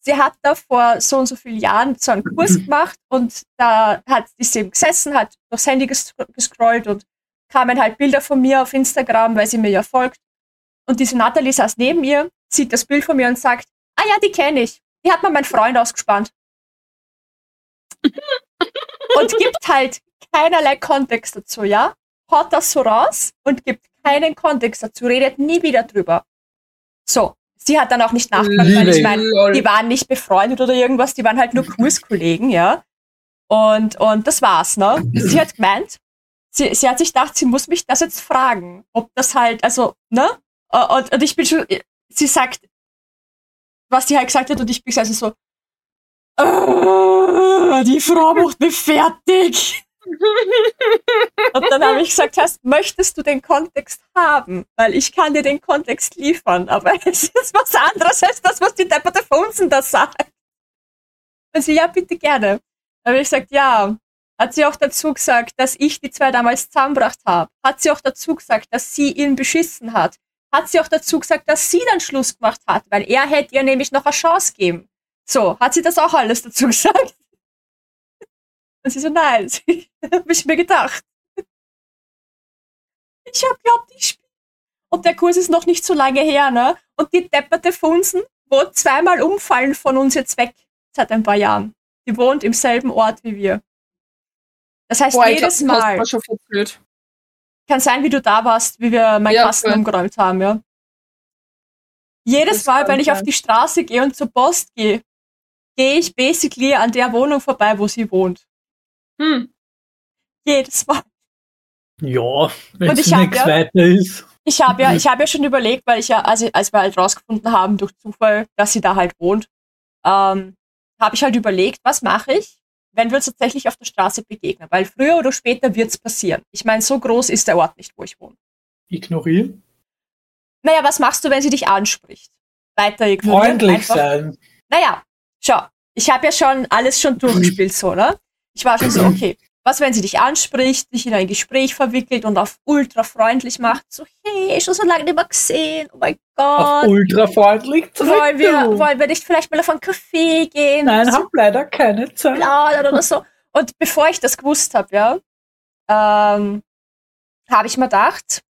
Speaker 1: sie hat da vor so und so vielen Jahren so einen Kurs gemacht und da hat ist sie eben gesessen, hat durchs Handy ges- gescrollt und kamen halt Bilder von mir auf Instagram, weil sie mir ja folgt. Und diese Natalie saß neben ihr, sieht das Bild von mir und sagt, ah ja, die kenne ich. Die hat mir mein Freund ausgespannt. und gibt halt keinerlei Kontext dazu, ja? Haut das so raus und gibt keinen Kontext dazu, redet nie wieder drüber. So. Sie hat dann auch nicht nachgefragt, weil
Speaker 2: Liebe
Speaker 1: ich
Speaker 2: ich.
Speaker 1: meine,
Speaker 3: Lol.
Speaker 1: die waren nicht befreundet oder irgendwas, die waren halt nur Kurskollegen, ja. Und, und das war's, ne? Sie hat gemeint, sie, sie hat sich gedacht, sie muss mich das jetzt fragen, ob das halt, also, ne? Äh, Und, und ich bin schon, sie sagt, was sie halt gesagt hat, und ich bin also so, äh, die Frau macht mich fertig. Und dann habe ich gesagt, hast, möchtest du den Kontext haben? Weil ich kann dir den Kontext liefern, aber es ist was anderes als das, was die depperte Funzen da sagt. Und sie, ja, bitte gerne. Dann habe ich gesagt, ja. Hat sie auch dazu gesagt, dass ich die zwei damals zusammengebracht habe? Hat sie auch dazu gesagt, dass sie ihn beschissen hat? Hat sie auch dazu gesagt, dass sie dann Schluss gemacht hat? Weil er hätte ihr nämlich noch eine Chance gegeben. So, hat sie das auch alles dazu gesagt? Und sie so, nein, habe ich mir gedacht. Ich hab glaubt, ich spiele. Und der Kurs ist noch nicht so lange her, ne? Und die depperte Funsen wohnt zweimal umfallen von uns jetzt weg, seit ein paar Jahren. Die wohnt im selben Ort wie wir. Das heißt,
Speaker 3: Boah, ich glaub,
Speaker 1: jedes
Speaker 3: das hast du
Speaker 1: Mal.
Speaker 3: mir schon verzählt.
Speaker 1: Kann sein, wie du da warst, wie wir meinen
Speaker 3: Ja,
Speaker 1: Kasten
Speaker 3: voll.
Speaker 1: umgeräumt haben, ja. Jedes
Speaker 3: Das
Speaker 1: Mal,
Speaker 3: kann
Speaker 1: wenn ich auf
Speaker 3: sein.
Speaker 1: die Straße gehe und zur Post gehe, gehe ich basically an der Wohnung vorbei, wo sie wohnt.
Speaker 3: Hm.
Speaker 1: Jedes Mal.
Speaker 2: Ja, wenn
Speaker 1: Und
Speaker 2: es
Speaker 1: ich hab
Speaker 2: nichts
Speaker 1: ja-
Speaker 2: weiter ist.
Speaker 1: Ich habe ja, ich habe ja schon überlegt, weil ich ja, als, ich- als wir halt rausgefunden haben durch Zufall, dass sie da halt wohnt, ähm, habe ich halt überlegt, was mache ich, wenn wir uns tatsächlich auf der Straße begegnen, weil früher oder später wird's passieren. Ich meine, so groß ist der Ort nicht, wo ich wohne.
Speaker 2: Ignorieren?
Speaker 1: Naja, was machst du, wenn sie dich anspricht? Weiter ignorieren.
Speaker 2: Freundlich
Speaker 1: einfach-
Speaker 2: sein.
Speaker 1: Naja, schau, ich habe ja schon alles schon durchgespielt, so, ne? Ich war schon so,
Speaker 2: Mhm.
Speaker 1: okay, was, wenn sie dich anspricht, dich in ein Gespräch verwickelt und auf ultra freundlich macht, so, hey, schon so lange nicht mehr gesehen, oh mein
Speaker 2: Auf
Speaker 1: Gott,
Speaker 2: ultra freundlich zurück.
Speaker 1: wollen wir,
Speaker 2: du.
Speaker 1: wollen wir nicht vielleicht mal auf einen Kaffee gehen?
Speaker 2: Nein,
Speaker 1: So
Speaker 2: hab leider keine Zeit.
Speaker 1: plaudern oder so. Und bevor ich das gewusst habe, ja, ähm, habe ich mir gedacht,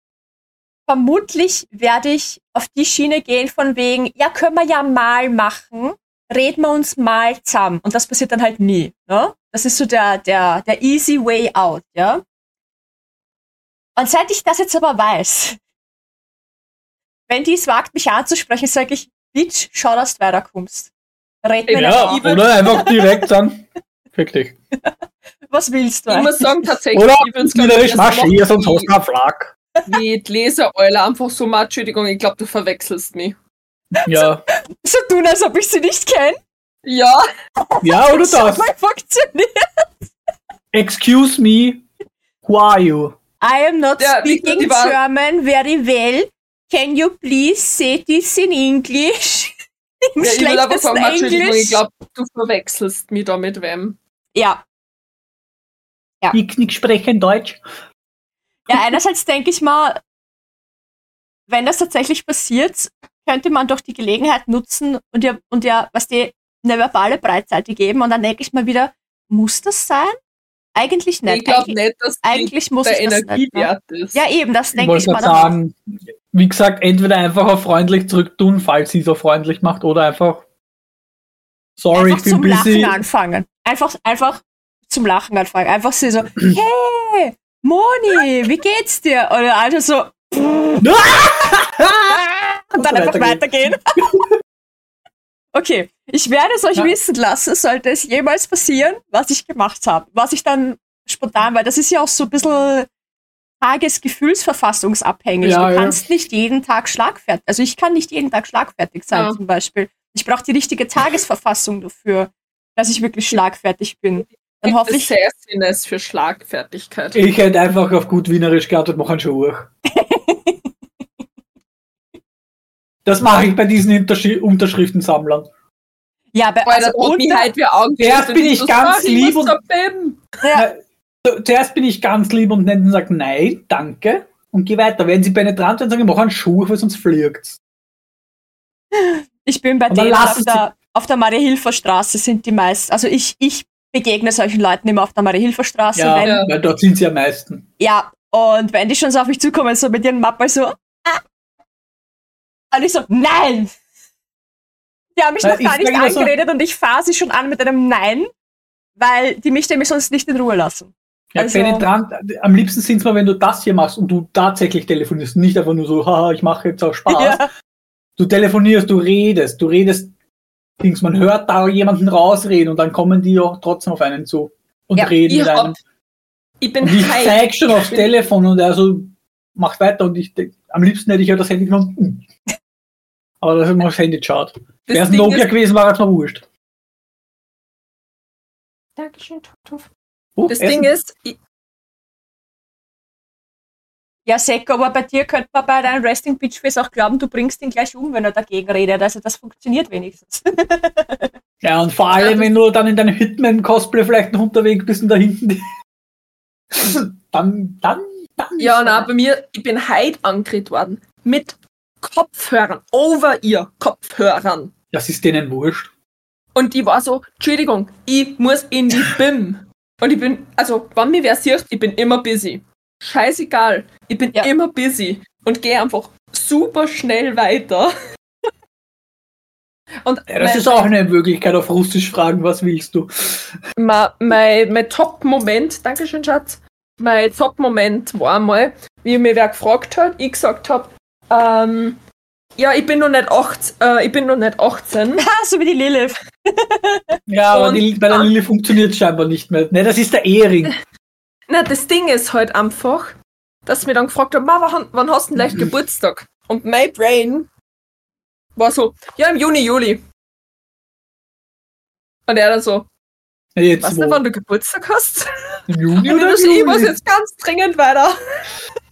Speaker 1: vermutlich werde ich auf die Schiene gehen von wegen, ja, können wir ja mal machen, reden wir uns mal zusammen. Und das passiert dann halt nie. Ne? Das ist so der, der, der easy way out, ja. Und seit ich das jetzt aber weiß, wenn die es wagt, mich anzusprechen, sage ich, Bitch, schau, dass du weiterkommst. Red mir nicht
Speaker 2: Ja,
Speaker 1: an.
Speaker 2: oder einfach direkt dann. Wirklich.
Speaker 1: Was willst du?
Speaker 3: Ich muss sagen, tatsächlich,
Speaker 2: Oder
Speaker 3: ich würd's, glaub ich,
Speaker 2: niederisch
Speaker 3: erst
Speaker 2: marschier,
Speaker 3: machen,
Speaker 2: sonst hast du
Speaker 3: wie,
Speaker 2: einen Flag.
Speaker 3: wie die Leseeule einfach so mal, Entschuldigung, ich glaube, du verwechselst mich.
Speaker 2: Ja.
Speaker 1: so tun, als ob ich sie nicht kenne.
Speaker 3: Ja, Oh,
Speaker 2: ja, oder
Speaker 1: Schau
Speaker 2: das.
Speaker 1: mal, funktioniert.
Speaker 2: Excuse me, who are you?
Speaker 1: I am not
Speaker 3: Ja, die-
Speaker 1: speaking
Speaker 3: die war-
Speaker 1: German very well. Can you please say this in English? Im
Speaker 3: ja ich würde einfach
Speaker 1: schlechtesten
Speaker 3: sagen, mal, Entschuldigung, ich
Speaker 1: Englisch.
Speaker 3: glaube, du verwechselst mich da mit wem.
Speaker 1: Ja. Ja.
Speaker 2: Ich, ich spreche in Deutsch.
Speaker 1: ja, einerseits denke ich mal, wenn das tatsächlich passiert, könnte man doch die Gelegenheit nutzen und ja, und ja, was die eine verbale Breitseite geben. Und dann denke ich mal wieder, muss das sein? Eigentlich nicht.
Speaker 3: Ich glaube
Speaker 1: eigentlich,
Speaker 3: nicht, dass eigentlich
Speaker 1: eigentlich muss
Speaker 3: der
Speaker 1: ich das
Speaker 3: Energie
Speaker 1: nicht. ne?
Speaker 3: wert ist.
Speaker 1: Ja, eben, das
Speaker 2: Ich
Speaker 1: denke ich, mal.
Speaker 2: wollte
Speaker 1: danach.
Speaker 2: gerade sagen, wie gesagt, entweder einfach auf freundlich zurücktun, falls sie so freundlich macht, oder einfach sorry,
Speaker 1: einfach
Speaker 2: ich bin
Speaker 1: zum
Speaker 2: busy.
Speaker 1: Lachen anfangen. Einfach, einfach zum Lachen anfangen. Einfach sie so, hey, Moni, wie geht's dir? Oder also so, und dann
Speaker 2: so
Speaker 1: einfach weitergehen. okay, ich werde es euch
Speaker 2: Ja.
Speaker 1: wissen lassen, sollte es jemals passieren, was ich gemacht habe. Was ich dann spontan, weil das ist ja auch so ein bisschen tagesgefühlsverfassungsabhängig.
Speaker 2: Ja,
Speaker 1: du
Speaker 2: ja.
Speaker 1: kannst nicht jeden Tag schlagfertig, also ich kann nicht jeden Tag schlagfertig sein
Speaker 3: Ja.
Speaker 1: zum Beispiel. Ich brauche die richtige Tagesverfassung dafür, dass ich wirklich schlagfertig bin. Dann hoffe ich,
Speaker 3: Sassiness für Schlagfertigkeit.
Speaker 2: Ich hätte einfach auf gut Wienerisch geantwortet, mach einen Schuh. das mache ich bei diesen Intersch- Unterschriftensammlern.
Speaker 1: ja, bei,
Speaker 3: Weil
Speaker 1: also
Speaker 3: das hat mich
Speaker 1: unter,
Speaker 3: halt wer angeschaut
Speaker 2: Erst
Speaker 3: und
Speaker 2: bin
Speaker 3: ich
Speaker 2: ich
Speaker 3: so,
Speaker 2: ganz
Speaker 3: sorry,
Speaker 2: lieb
Speaker 3: was
Speaker 2: und-
Speaker 3: da bin.
Speaker 1: ja,
Speaker 2: Zu- Zuerst bin ich ganz lieb und nett und sage nein, danke und gehe weiter. Wenn sie penetrant sind, sage ich, mach einen Schuh, weil sonst fliegt's.
Speaker 1: ich bin bei
Speaker 2: Und dann
Speaker 1: denen auf
Speaker 2: lassen sie-
Speaker 1: der, auf der Marie-Hilfer Straße sind die meisten, also ich, ich begegne solchen Leuten immer auf der Marie-Hilfer Straße,
Speaker 2: Ja,
Speaker 1: wenn
Speaker 3: Ja.
Speaker 2: weil dort sind sie am meisten.
Speaker 1: Ja, und wenn die schon so auf mich zukommen, so mit ihren Mappen so, ah. Und ich so, nein! Die haben mich
Speaker 2: Weil
Speaker 1: noch gar
Speaker 2: ich
Speaker 1: nicht
Speaker 2: sag immer so-
Speaker 1: angeredet und ich fahre sie schon an mit einem Nein, weil die mich nämlich sonst nicht in Ruhe lassen.
Speaker 2: Ja,
Speaker 1: Also-
Speaker 2: penetrant, am liebsten sind's mal, wenn du das hier machst und du tatsächlich telefonierst, nicht einfach nur so, haha, ich mache jetzt auch Spaß.
Speaker 1: Ja,
Speaker 2: Du telefonierst, du redest, du redest Dings, man hört da jemanden rausreden und dann kommen die auch trotzdem auf einen zu und
Speaker 1: Ja,
Speaker 2: reden
Speaker 3: Ich,
Speaker 2: mit einem.
Speaker 3: hab, ich bin
Speaker 2: Und ich
Speaker 3: heiß.
Speaker 2: zeig schon aufs Telefon und er so macht weiter und ich denk, am liebsten hätte ich ja das Handy genommen. Hm. Aber das ist immer aufs Handy geschaut. Wäre
Speaker 3: Das
Speaker 2: es
Speaker 3: Ding
Speaker 2: Nokia
Speaker 3: ist,
Speaker 2: gewesen, war es mir wurscht.
Speaker 3: Dankeschön, Tuff, Tuff.
Speaker 2: Oh,
Speaker 3: das
Speaker 2: Essen.
Speaker 3: Ding ist, ich,
Speaker 1: ja Seko, aber bei dir könnte man bei deinem Resting Bitch Face auch glauben, du bringst ihn gleich um, wenn er dagegen redet. Also das funktioniert wenigstens.
Speaker 2: Ja, und vor allem,
Speaker 3: Also-
Speaker 2: wenn du dann in deinem Hitman-Cosplay vielleicht noch unterwegs bist und da hinten die dann, dann, dann.
Speaker 3: ja, na, bei mir, ich bin heit angeredet worden. Mit Kopfhörern, over ihr Kopfhörern.
Speaker 2: Das ist denen wurscht.
Speaker 3: Und ich war so, Entschuldigung, ich muss in die BIM. Und ich bin, also, wenn mir wer sieht, ich bin immer busy. Scheißegal, ich bin
Speaker 1: Ja.
Speaker 3: immer busy und gehe einfach super schnell weiter. und
Speaker 2: Ja, das ist auch eine Möglichkeit, auf Russisch fragen, was willst du?
Speaker 3: mein, mein, mein Top-Moment, Dankeschön, Schatz. Mein Top-Moment war einmal, wie mir wer gefragt hat, ich gesagt habe, ähm, ja, ich bin noch nicht 18, äh, ich bin noch nicht 18.
Speaker 1: Ah, so wie die Lilith.
Speaker 2: Ja, aber
Speaker 3: Und
Speaker 2: die, bei der
Speaker 3: dann-
Speaker 2: Lilly funktioniert scheinbar nicht mehr. Ne, das ist der Ehering.
Speaker 3: Na, das Ding ist halt einfach, dass mir dann gefragt haben, Ma, wann, wann hast du denn gleich Geburtstag? Und mein Brain war so, ja, im Juni, Juli. Und er dann so,
Speaker 2: Jetzt
Speaker 3: Weißt
Speaker 2: wo?
Speaker 3: du, wann du Geburtstag hast?
Speaker 2: Im Juni
Speaker 3: Ich
Speaker 2: oder im Juli?
Speaker 3: muss jetzt ganz dringend weiter.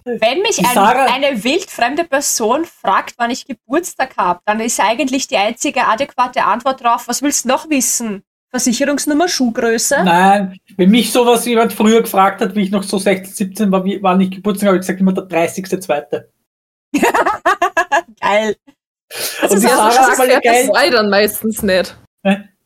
Speaker 1: Wenn mich
Speaker 2: Die
Speaker 1: ein,
Speaker 2: Sarah-
Speaker 1: eine wildfremde Person fragt, wann ich Geburtstag habe, dann ist eigentlich die einzige adäquate Antwort drauf, was willst du noch wissen? Versicherungsnummer, Schuhgröße?
Speaker 2: Nein, wenn mich sowas jemand früher gefragt hat, wie ich noch so 16, 17 war, wie, wann ich Geburtstag habe, ich gesagt immer der 30.2.
Speaker 1: Geil. Das
Speaker 2: Und
Speaker 1: ist
Speaker 2: die
Speaker 1: auch
Speaker 2: Sarah-
Speaker 1: so
Speaker 2: Sarah-
Speaker 1: scheiße.
Speaker 2: mal geil.
Speaker 3: das sei dann meistens nicht.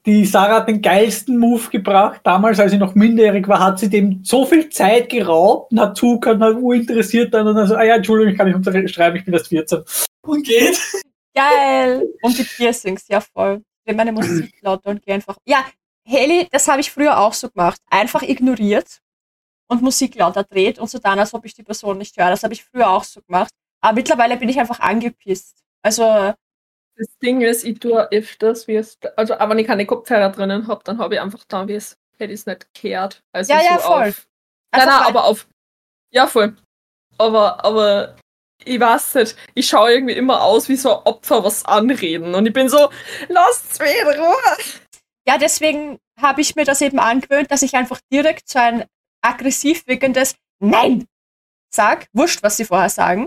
Speaker 2: Die Sarah hat den geilsten Move gebracht. Damals, als sie noch minderjährig war, hat sie dem so viel Zeit geraubt und hat zugehört und hat urinteressiert dann und dann so, ah ja, Entschuldigung, ich kann nicht unterschreiben, ich bin erst 14. Und geht.
Speaker 1: Geil. Und die Piercings, ja voll. Wenn meine Musik lauter und gehe einfach. Ja, Heli, das habe ich früher auch so gemacht. Einfach ignoriert und Musik lauter dreht und so dann, als ob ich die Person nicht höre. Das habe ich früher auch so gemacht. Aber mittlerweile bin ich einfach angepisst. Also,
Speaker 3: Das Ding ist, ich tue öfters, wie es. Also, aber wenn ich keine Kopfhörer drinnen habe, dann habe ich einfach da, wie es hätte ich es nicht gehört. Also
Speaker 1: Ja, ja,
Speaker 3: so
Speaker 1: voll.
Speaker 3: Auf, nein, nein,
Speaker 1: einfach
Speaker 3: aber auf. Ja, voll. Aber, aber ich weiß nicht, ich schaue irgendwie immer aus wie so ein Opfer, was anreden. Und ich bin so, lasst's mir in Ruhe.
Speaker 1: ja, deswegen habe ich mir das eben angewöhnt, dass ich einfach direkt so ein aggressiv wirkendes Nein sag. Wurscht, was sie vorher sagen.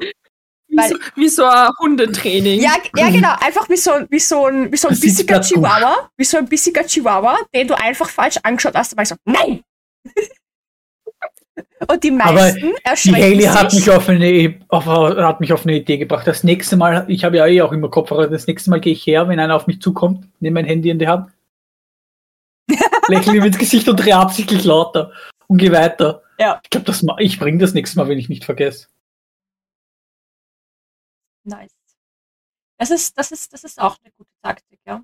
Speaker 3: Wie
Speaker 1: Weil-
Speaker 3: so, wie so ein Hundetraining.
Speaker 1: Ja, g- ja genau. Einfach wie so, ein- wie so ein, wie so ein
Speaker 2: Das sieht
Speaker 1: bissiger
Speaker 2: grad gut.
Speaker 1: Chihuahua. Wie so ein bissiger Chihuahua, den du einfach falsch angeschaut hast. Und ich so, nein! Und die
Speaker 2: Aber
Speaker 1: meisten
Speaker 2: Die
Speaker 1: erschrecken
Speaker 2: Haley
Speaker 1: sich.
Speaker 2: hat mich, auf eine, I- auf, hat mich auf eine Idee gebracht. Das nächste Mal, ich habe ja eh auch immer Kopfhörer, das nächste Mal gehe ich her, wenn einer auf mich zukommt, nehme mein Handy in die Hand, lächle ihm ins Gesicht und drehe absichtlich lauter und gehe weiter.
Speaker 1: Ja.
Speaker 2: Ich glaube, das ma- ich bringe das nächste Mal, wenn ich nicht vergesse.
Speaker 1: nice. Das ist, das ist, das ist auch eine gute Taktik, ja.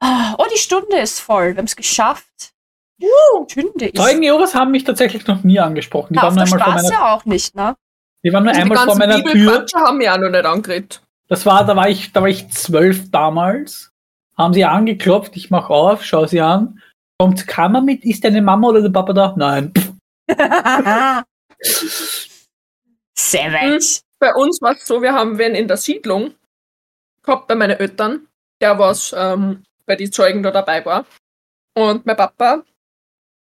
Speaker 1: Ah, Oh, die Stunde ist voll. Wir haben es geschafft. Die Stunde ist
Speaker 2: Zeugen Jehovas haben mich tatsächlich noch nie angesprochen. Die
Speaker 1: Na, auf
Speaker 2: waren nur
Speaker 1: der
Speaker 2: einmal vor meiner,
Speaker 1: Straße auch nicht, ne?
Speaker 2: die waren nur
Speaker 3: Die
Speaker 2: einmal vor
Speaker 3: ganzen
Speaker 2: meiner Tür.
Speaker 3: Bibelquatscher haben mich auch noch nicht angeredet.
Speaker 2: Das war, da war ich, da war ich zwölf damals. Haben sie angeklopft, ich mach auf, schau sie an. Kommt, kann man mit, ist deine Mama oder der Papa da? Nein. Pff,
Speaker 1: Savage.
Speaker 3: Bei uns war es so, wir haben wen in der Siedlung gehabt bei meinen Eltern, der was ähm, bei den Zeugen da dabei war. Und mein Papa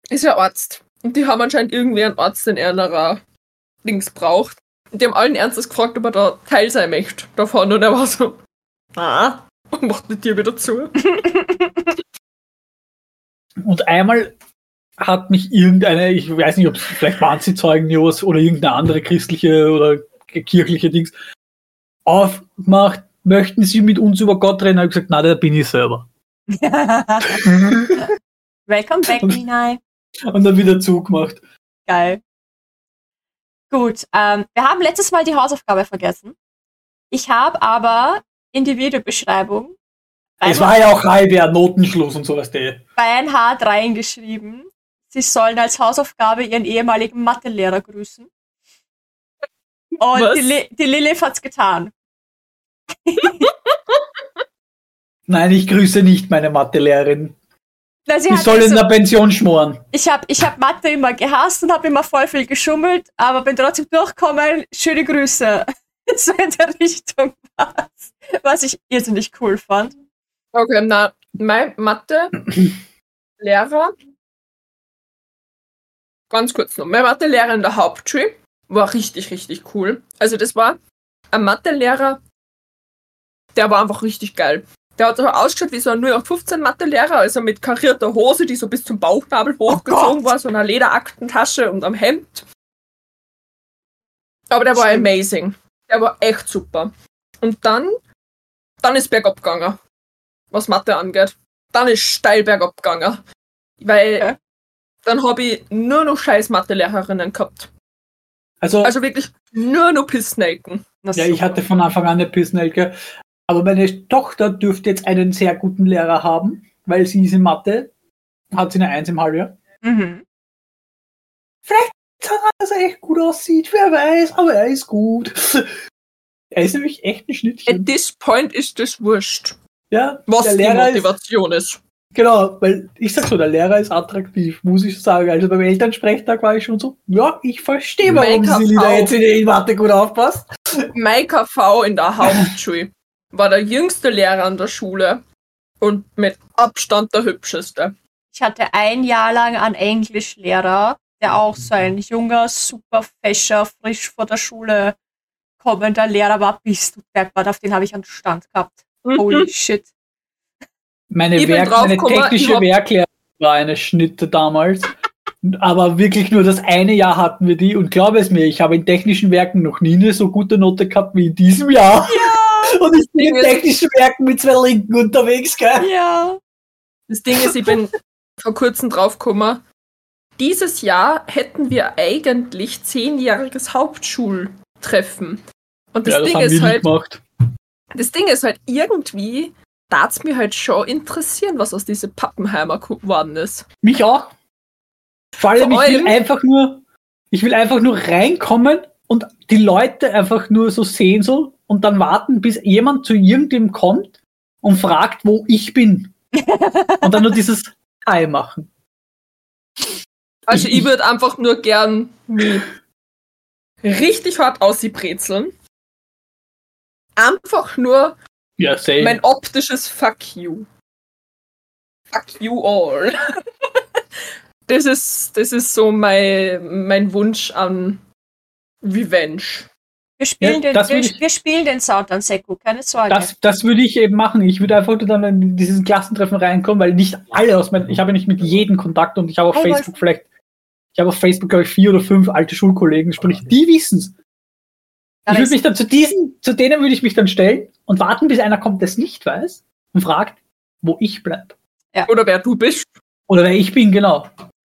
Speaker 3: ist ja Arzt. Und die haben anscheinend irgendwie einen Arzt in ihrer Dings braucht. Und die haben allen Ernstes gefragt, ob er da teil sein möchte davon. Und er war so, ah, und macht die Tür wieder zu.
Speaker 2: Und einmal hat mich irgendeine, ich weiß nicht, ob es vielleicht waren sie Zeugen Jehovas oder irgendeine andere christliche oder kirchliche Dings, aufgemacht, möchten sie mit uns über Gott reden? Hab ich gesagt, na, da bin ich selber.
Speaker 1: Welcome back, Minai.
Speaker 2: Und dann wieder zugemacht.
Speaker 1: Geil. Gut, ähm, wir haben letztes Mal die Hausaufgabe vergessen. Ich habe aber in die Videobeschreibung
Speaker 2: Es war ja auch halber Notenschluss und sowas, der.
Speaker 1: Beinhard reingeschrieben, sie sollen als Hausaufgabe ihren ehemaligen Mathelehrer grüßen. Und
Speaker 3: Was?
Speaker 1: die, Li die Lilith hat's getan.
Speaker 2: Nein, ich grüße nicht meine Mathelehrerin.
Speaker 1: Na, sie
Speaker 2: Die
Speaker 1: hat also
Speaker 2: soll in
Speaker 1: so-
Speaker 2: der Pension schmoren.
Speaker 1: ich habe ich hab Mathe immer gehasst und habe immer voll viel geschummelt, aber bin trotzdem durchgekommen. Schöne Grüße. So in der Richtung war's. Was ich irrsinnig cool fand.
Speaker 3: Okay, na, mein Mathe-Lehrer, ganz kurz noch, mein Mathe-Lehrer in der Hauptschule war richtig, richtig cool. Also das war ein Mathe-Lehrer, der war einfach richtig geil. Der hat so ausgeschaut wie so ein 0815 Mathe-Lehrer, also mit karierter Hose, die so bis zum Bauchnabel hochgezogen war, so einer Lederaktentasche und am Hemd. Aber der war
Speaker 1: Stimmt.
Speaker 3: amazing. Der war echt super. Und dann, dann ist bergab gegangen was Mathe angeht. Dann ist steil bergab gegangen. Weil
Speaker 1: Okay.
Speaker 3: dann habe ich nur noch scheiß Mathelehrerinnen gehabt.
Speaker 2: Also,
Speaker 3: Also wirklich nur noch Pissnaken.
Speaker 1: Na,
Speaker 2: ja, ich
Speaker 1: super.
Speaker 2: hatte von Anfang an eine Pissnelke. Aber meine Tochter dürfte jetzt einen sehr guten Lehrer haben, weil sie ist in Mathe. Hat sie eine Eins im Halbjahr.
Speaker 1: Mhm.
Speaker 2: Sarah, dass er echt gut aussieht, wer weiß, aber er ist gut. Er ist nämlich echt ein
Speaker 3: At
Speaker 2: Schnittchen.
Speaker 3: this point ist das wurscht,
Speaker 2: Ja,
Speaker 3: was
Speaker 2: der
Speaker 3: die
Speaker 2: Lehrer ist,
Speaker 3: Motivation ist.
Speaker 2: genau, weil ich sag so, der Lehrer ist attraktiv, muss ich sagen. Also beim Elternsprechtag war ich schon so, ja, ich verstehe, warum
Speaker 3: Make-up
Speaker 2: sie wieder
Speaker 3: auf.
Speaker 2: jetzt in der Mathe gut aufpasst.
Speaker 3: Mein KV in der Hauptschule war der jüngste Lehrer an der Schule. und mit Abstand der hübscheste.
Speaker 1: Ich hatte ein Jahr lang einen Englischlehrer, der auch so ein junger, super fescher, frisch vor der Schule kommender Lehrer war. Bist du deppert, auf den habe ich einen Stand gehabt. Holy shit.
Speaker 2: Meine,
Speaker 3: Ich bin
Speaker 2: Werk,
Speaker 3: drauf
Speaker 2: meine
Speaker 3: gekommen, ich
Speaker 2: technische
Speaker 3: hab-
Speaker 2: Werklehrerin war eine Schnitte damals. Aber wirklich nur das eine Jahr hatten wir die und glaube es mir, ich habe in technischen Werken noch nie eine so gute Note gehabt wie in diesem Jahr. Und ich bin in
Speaker 3: Wir-
Speaker 2: technischen Werken mit zwei Linken unterwegs, gell?
Speaker 1: Ja.
Speaker 3: Das Ding ist, ich bin vor kurzem draufgekommen. Dieses Jahr hätten wir eigentlich zehnjähriges Hauptschultreffen. Und das
Speaker 2: ja, das
Speaker 3: Ding
Speaker 2: haben wir
Speaker 3: ist
Speaker 2: nicht
Speaker 3: halt,
Speaker 2: gemacht.
Speaker 3: das Ding ist halt irgendwie, da es mir halt schon interessieren, was aus diese Pappenheimer geworden ist.
Speaker 2: Mich auch. Vor allem,
Speaker 3: Vor
Speaker 2: ich will
Speaker 3: allem-
Speaker 2: einfach nur, ich will einfach nur reinkommen und die Leute einfach nur so sehen so und dann warten, bis jemand zu irgendwem kommt und fragt, wo ich bin. und dann nur dieses Hi machen.
Speaker 3: Also ich würde einfach nur gern mich richtig hart aus sie brezeln. Einfach nur
Speaker 2: Ja, same.
Speaker 3: mein optisches Fuck you. Fuck you all. das ist, das ist so mein, mein Wunsch an Revenge.
Speaker 1: Wir spielen,
Speaker 2: Ja, das
Speaker 1: den,
Speaker 2: will
Speaker 1: wir,
Speaker 2: ich-
Speaker 1: wir spielen den Sound an Seku, keine Sorge.
Speaker 2: das, das würde ich eben machen. Ich würde einfach nur dann in dieses Klassentreffen reinkommen, weil nicht alle aus meinem, ich habe ja nicht mit jedem Kontakt und ich habe auf
Speaker 1: Hi, Wolf.
Speaker 2: Facebook vielleicht, ich habe auf Facebook, glaube ich, vier oder fünf alte Schulkollegen, sprich, die wissen's.
Speaker 1: Aber
Speaker 2: ich
Speaker 1: es-
Speaker 2: würde mich dann zu diesen, zu denen würde ich mich dann stellen und warten, bis einer kommt, der es nicht weiß und fragt, wo ich bleib.
Speaker 3: Oder wer du bist.
Speaker 2: Oder wer ich bin, genau.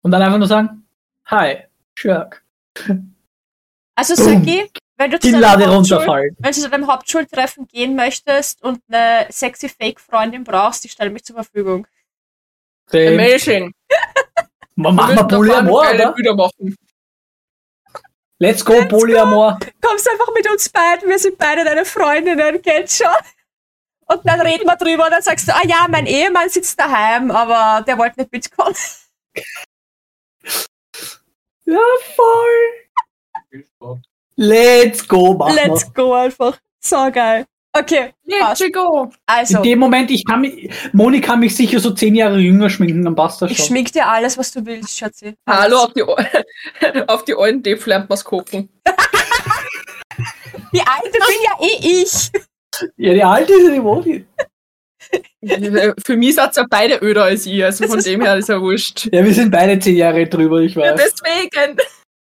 Speaker 2: Und dann einfach nur sagen, hi, Shirk.
Speaker 1: also Saki, wenn du zu
Speaker 2: Die
Speaker 1: deinem
Speaker 2: Lade
Speaker 1: Hauptschul-
Speaker 2: runterfallen.
Speaker 1: wenn du zu deinem Hauptschultreffen gehen möchtest und eine sexy Fake-Freundin brauchst, die stellt mich zur Verfügung.
Speaker 2: Dem-
Speaker 3: Amazing.
Speaker 2: Ma- Machen wir Polyamor, oder?
Speaker 3: Wieder machen.
Speaker 2: Let's go, Polyamor.
Speaker 1: Kommst einfach mit uns beiden, wir sind beide deine Freundinnen, geht schon. Und dann reden wir drüber und dann sagst du, ah ja, mein Ehemann sitzt daheim, aber der wollte nicht mitkommen.
Speaker 2: Ja, voll. Let's go, machen wir.
Speaker 1: Let's go einfach. So geil. Okay,
Speaker 3: Let's go.
Speaker 2: In
Speaker 1: also,
Speaker 2: dem Moment, ich kann mich, Moni kann mich sicher so zehn Jahre jünger schminken, dann passt das
Speaker 1: ich
Speaker 2: schon.
Speaker 1: schmink dir alles, was du willst, Schatzi.
Speaker 3: Hallo, auf die, auf die alten Dave lernt man's kochen.
Speaker 1: Die Alte bin ja eh ich.
Speaker 2: ja, die alte ist ja die Moni.
Speaker 3: Für mich seid ihr beide öder als ich, also von
Speaker 1: Das ist
Speaker 3: dem her ist ja wurscht.
Speaker 2: Ja, wir sind beide zehn Jahre drüber, ich
Speaker 3: Ja,
Speaker 2: weiß.
Speaker 3: deswegen.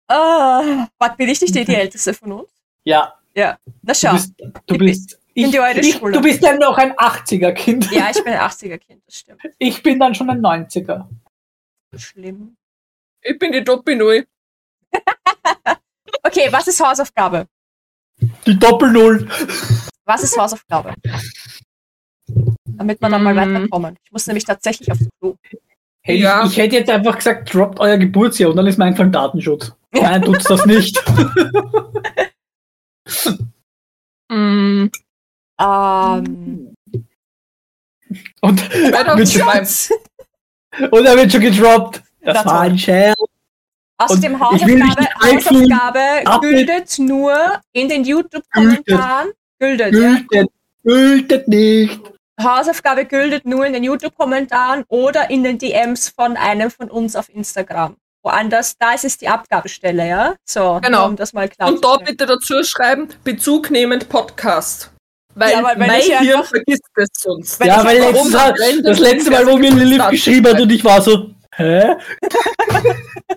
Speaker 1: Ah, warte, bin ich nicht die, die Älteste von uns?
Speaker 2: Ja,
Speaker 1: Na
Speaker 2: du
Speaker 1: schau.
Speaker 2: bist, du
Speaker 1: Ich-
Speaker 2: bist, ich,
Speaker 1: die alte
Speaker 2: ich,
Speaker 1: Schule.
Speaker 2: du bist dann noch ein 80er-Kind.
Speaker 1: Ja, ich bin ein 80er-Kind, das stimmt.
Speaker 2: Ich bin dann schon ein 90er.
Speaker 1: Schlimm.
Speaker 3: Ich bin die Doppel-Null.
Speaker 1: Okay, was ist Hausaufgabe?
Speaker 2: Die Doppel-Null.
Speaker 1: Was ist Hausaufgabe? Damit wir dann mal
Speaker 2: Mhm.
Speaker 3: Mm.
Speaker 1: weiterkommen. Ich muss nämlich tatsächlich aufs Klo.
Speaker 2: Hey,
Speaker 3: Ja.
Speaker 2: ich, ich hätte jetzt einfach gesagt, droppt euer Geburtsjahr und dann ist mein Fall Datenschutz. Nein, tut's das nicht.
Speaker 3: Mm.
Speaker 2: Mhm.
Speaker 1: Ähm,
Speaker 2: Und,
Speaker 3: Alter,
Speaker 2: wird
Speaker 3: ich
Speaker 2: schon,
Speaker 3: mein-
Speaker 2: und er wird schon gedroppt. Das
Speaker 1: Na
Speaker 2: war
Speaker 1: toll.
Speaker 2: ein Scherz.
Speaker 1: außerdem
Speaker 2: Und ich will dich
Speaker 1: Hausaufgabe,
Speaker 2: nicht einfühlen.
Speaker 1: Hausaufgabe
Speaker 2: Doppelt.
Speaker 1: gültet nur in den YouTube-Kommentaren. Gültet. ja.
Speaker 2: Gültet, gültet nicht.
Speaker 1: Hausaufgabe gültet nur in den YouTube-Kommentaren oder in den DMs von einem von uns auf Instagram. Woanders, da ist es die Abgabestelle, ja? So,
Speaker 3: Genau.
Speaker 1: nur um das mal klar
Speaker 3: Und da bitte dazu schreiben, bezugnehmend Podcast. Weil
Speaker 1: Ja, weil wenn
Speaker 3: mein
Speaker 1: ich hier
Speaker 3: Hirn
Speaker 1: einfach-
Speaker 3: vergisst das sonst.
Speaker 1: Weil
Speaker 2: ja,
Speaker 1: ich
Speaker 2: weil
Speaker 1: hab-
Speaker 2: letztes
Speaker 3: warum-
Speaker 2: Mal, das letzte Mal, wo mir Lilith geschrieben hat und ich war so, hä?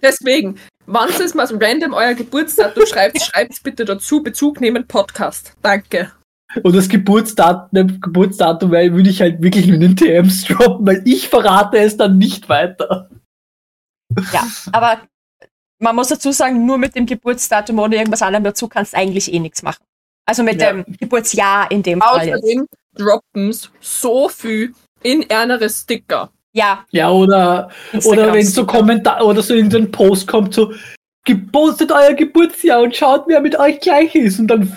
Speaker 3: Deswegen, wann es mal so random euer Geburtsdatum schreibt, schreibt bitte dazu, bezugnehmend Podcast. Danke.
Speaker 2: Und das Geburtsdatum, Geburtsdatum weil würde ich halt wirklich mit den TMs droppen, weil ich verrate es dann nicht weiter.
Speaker 1: Ja, aber man muss dazu sagen, nur mit dem Geburtsdatum oder irgendwas anderem dazu kannst du eigentlich eh nichts machen. Also mit
Speaker 2: Ja.
Speaker 1: dem Geburtsjahr in dem Fall. Jetzt.
Speaker 3: Außerdem droppen so viel in ernere Sticker.
Speaker 1: Ja,
Speaker 2: Ja, oder Oder wenn so Kommentar oder so irgendein Post kommt, so gepostet euer Geburtsjahr und schaut, wer mit euch gleich ist. Und dann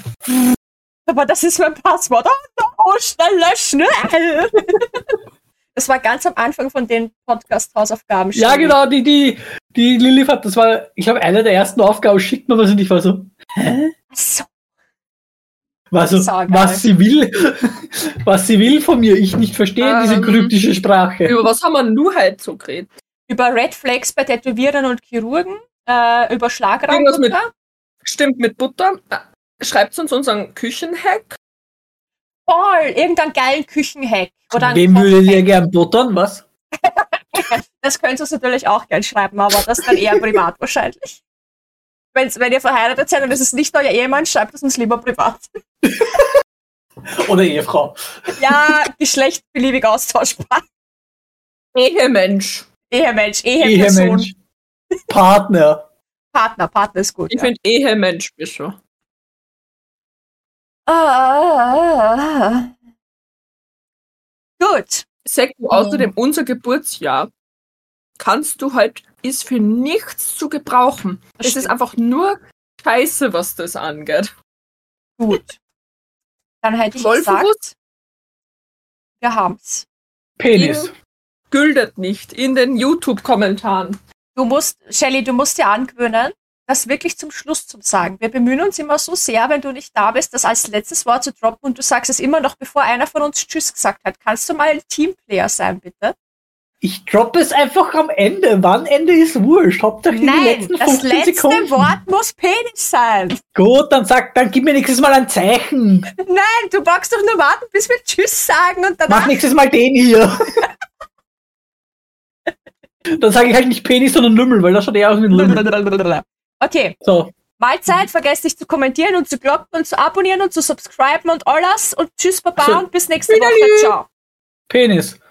Speaker 1: Aber das ist mein Passwort. Oh, oh, schnell, schnell. das war ganz am Anfang von den Podcast-Hausaufgaben.
Speaker 2: ja genau, die, die, die Lilith hat, das war, ich glaube, eine der ersten Aufgaben, schickt mir was und ich war so.
Speaker 1: So.
Speaker 2: Was,
Speaker 1: Saugeil.
Speaker 2: was sie will, was sie will von mir, ich nicht verstehe diese
Speaker 3: Ähm,
Speaker 2: kryptische Sprache.
Speaker 3: Über was haben wir nur heute so geredet?
Speaker 1: Über Red Flags bei Tätowierern und Chirurgen, äh, über
Speaker 3: Irgendwas mit-
Speaker 1: Schlagraubutter.
Speaker 3: Stimmt mit Butter. Schreibt uns unseren Küchenhack.
Speaker 1: Voll, irgendeinen geilen Küchenhack. Oder einen
Speaker 2: Wem würdet ihr
Speaker 1: Kochhack.
Speaker 2: gern buttern? Was?
Speaker 1: Das könnt ihr uns natürlich auch gerne schreiben, aber das dann eher privat wahrscheinlich. Wenn's, wenn ihr verheiratet seid und es ist nicht euer Ehemann, schreibt es uns lieber privat.
Speaker 2: Oder Ehefrau?
Speaker 1: Ja, Geschlecht beliebig austauschbar.
Speaker 3: Ehemensch.
Speaker 1: Ehemensch, Eheperson,
Speaker 2: Ehemensch. Partner.
Speaker 1: Partner, Partner ist gut.
Speaker 3: Ich
Speaker 1: ja.
Speaker 3: finde Ehemensch besser.
Speaker 1: Ah, ah, ah, ah. Gut.
Speaker 3: Sag du außerdem unser Geburtsjahr kannst du halt, ist für nichts zu gebrauchen.
Speaker 1: Das
Speaker 3: es ist
Speaker 1: stimmt.
Speaker 3: einfach nur Scheiße, was das angeht.
Speaker 1: Gut. Dann hätte ich
Speaker 3: Wolfenbus?
Speaker 1: gesagt, wir haben's.
Speaker 2: Penis.
Speaker 3: Güldet nicht in den YouTube-Kommentaren.
Speaker 1: Du musst, Shelley, du musst dir angewöhnen, das wirklich zum Schluss zu sagen. Wir bemühen uns immer so sehr, wenn du nicht da bist, das als letztes Wort zu droppen und du sagst es immer noch, bevor einer von uns Tschüss gesagt hat. Kannst du mal ein Teamplayer sein, bitte?
Speaker 2: Ich droppe es einfach am Ende. Wann Ende ist wurscht. Hauptsache die
Speaker 1: Nein,
Speaker 2: letzten
Speaker 1: das
Speaker 2: 15
Speaker 1: letzte
Speaker 2: Sekunden.
Speaker 1: Wort muss Penis sein.
Speaker 2: Gut, dann sag, dann gib mir nächstes Mal ein Zeichen.
Speaker 1: Nein, du magst doch nur warten, bis wir Tschüss sagen und
Speaker 2: Mach
Speaker 1: danach.
Speaker 2: nächstes Mal den hier. dann sage ich halt nicht Penis, sondern Lümmel, weil das schaut eher aus wie ein Lümmel.
Speaker 1: Okay.
Speaker 2: So,
Speaker 1: Mahlzeit, vergesst nicht zu kommentieren und zu glocken und zu abonnieren und zu subscriben und alles und tschüss Baba
Speaker 2: Tschö.
Speaker 1: und bis nächste
Speaker 3: Wiederlü.
Speaker 1: Woche. Ciao.
Speaker 2: Penis.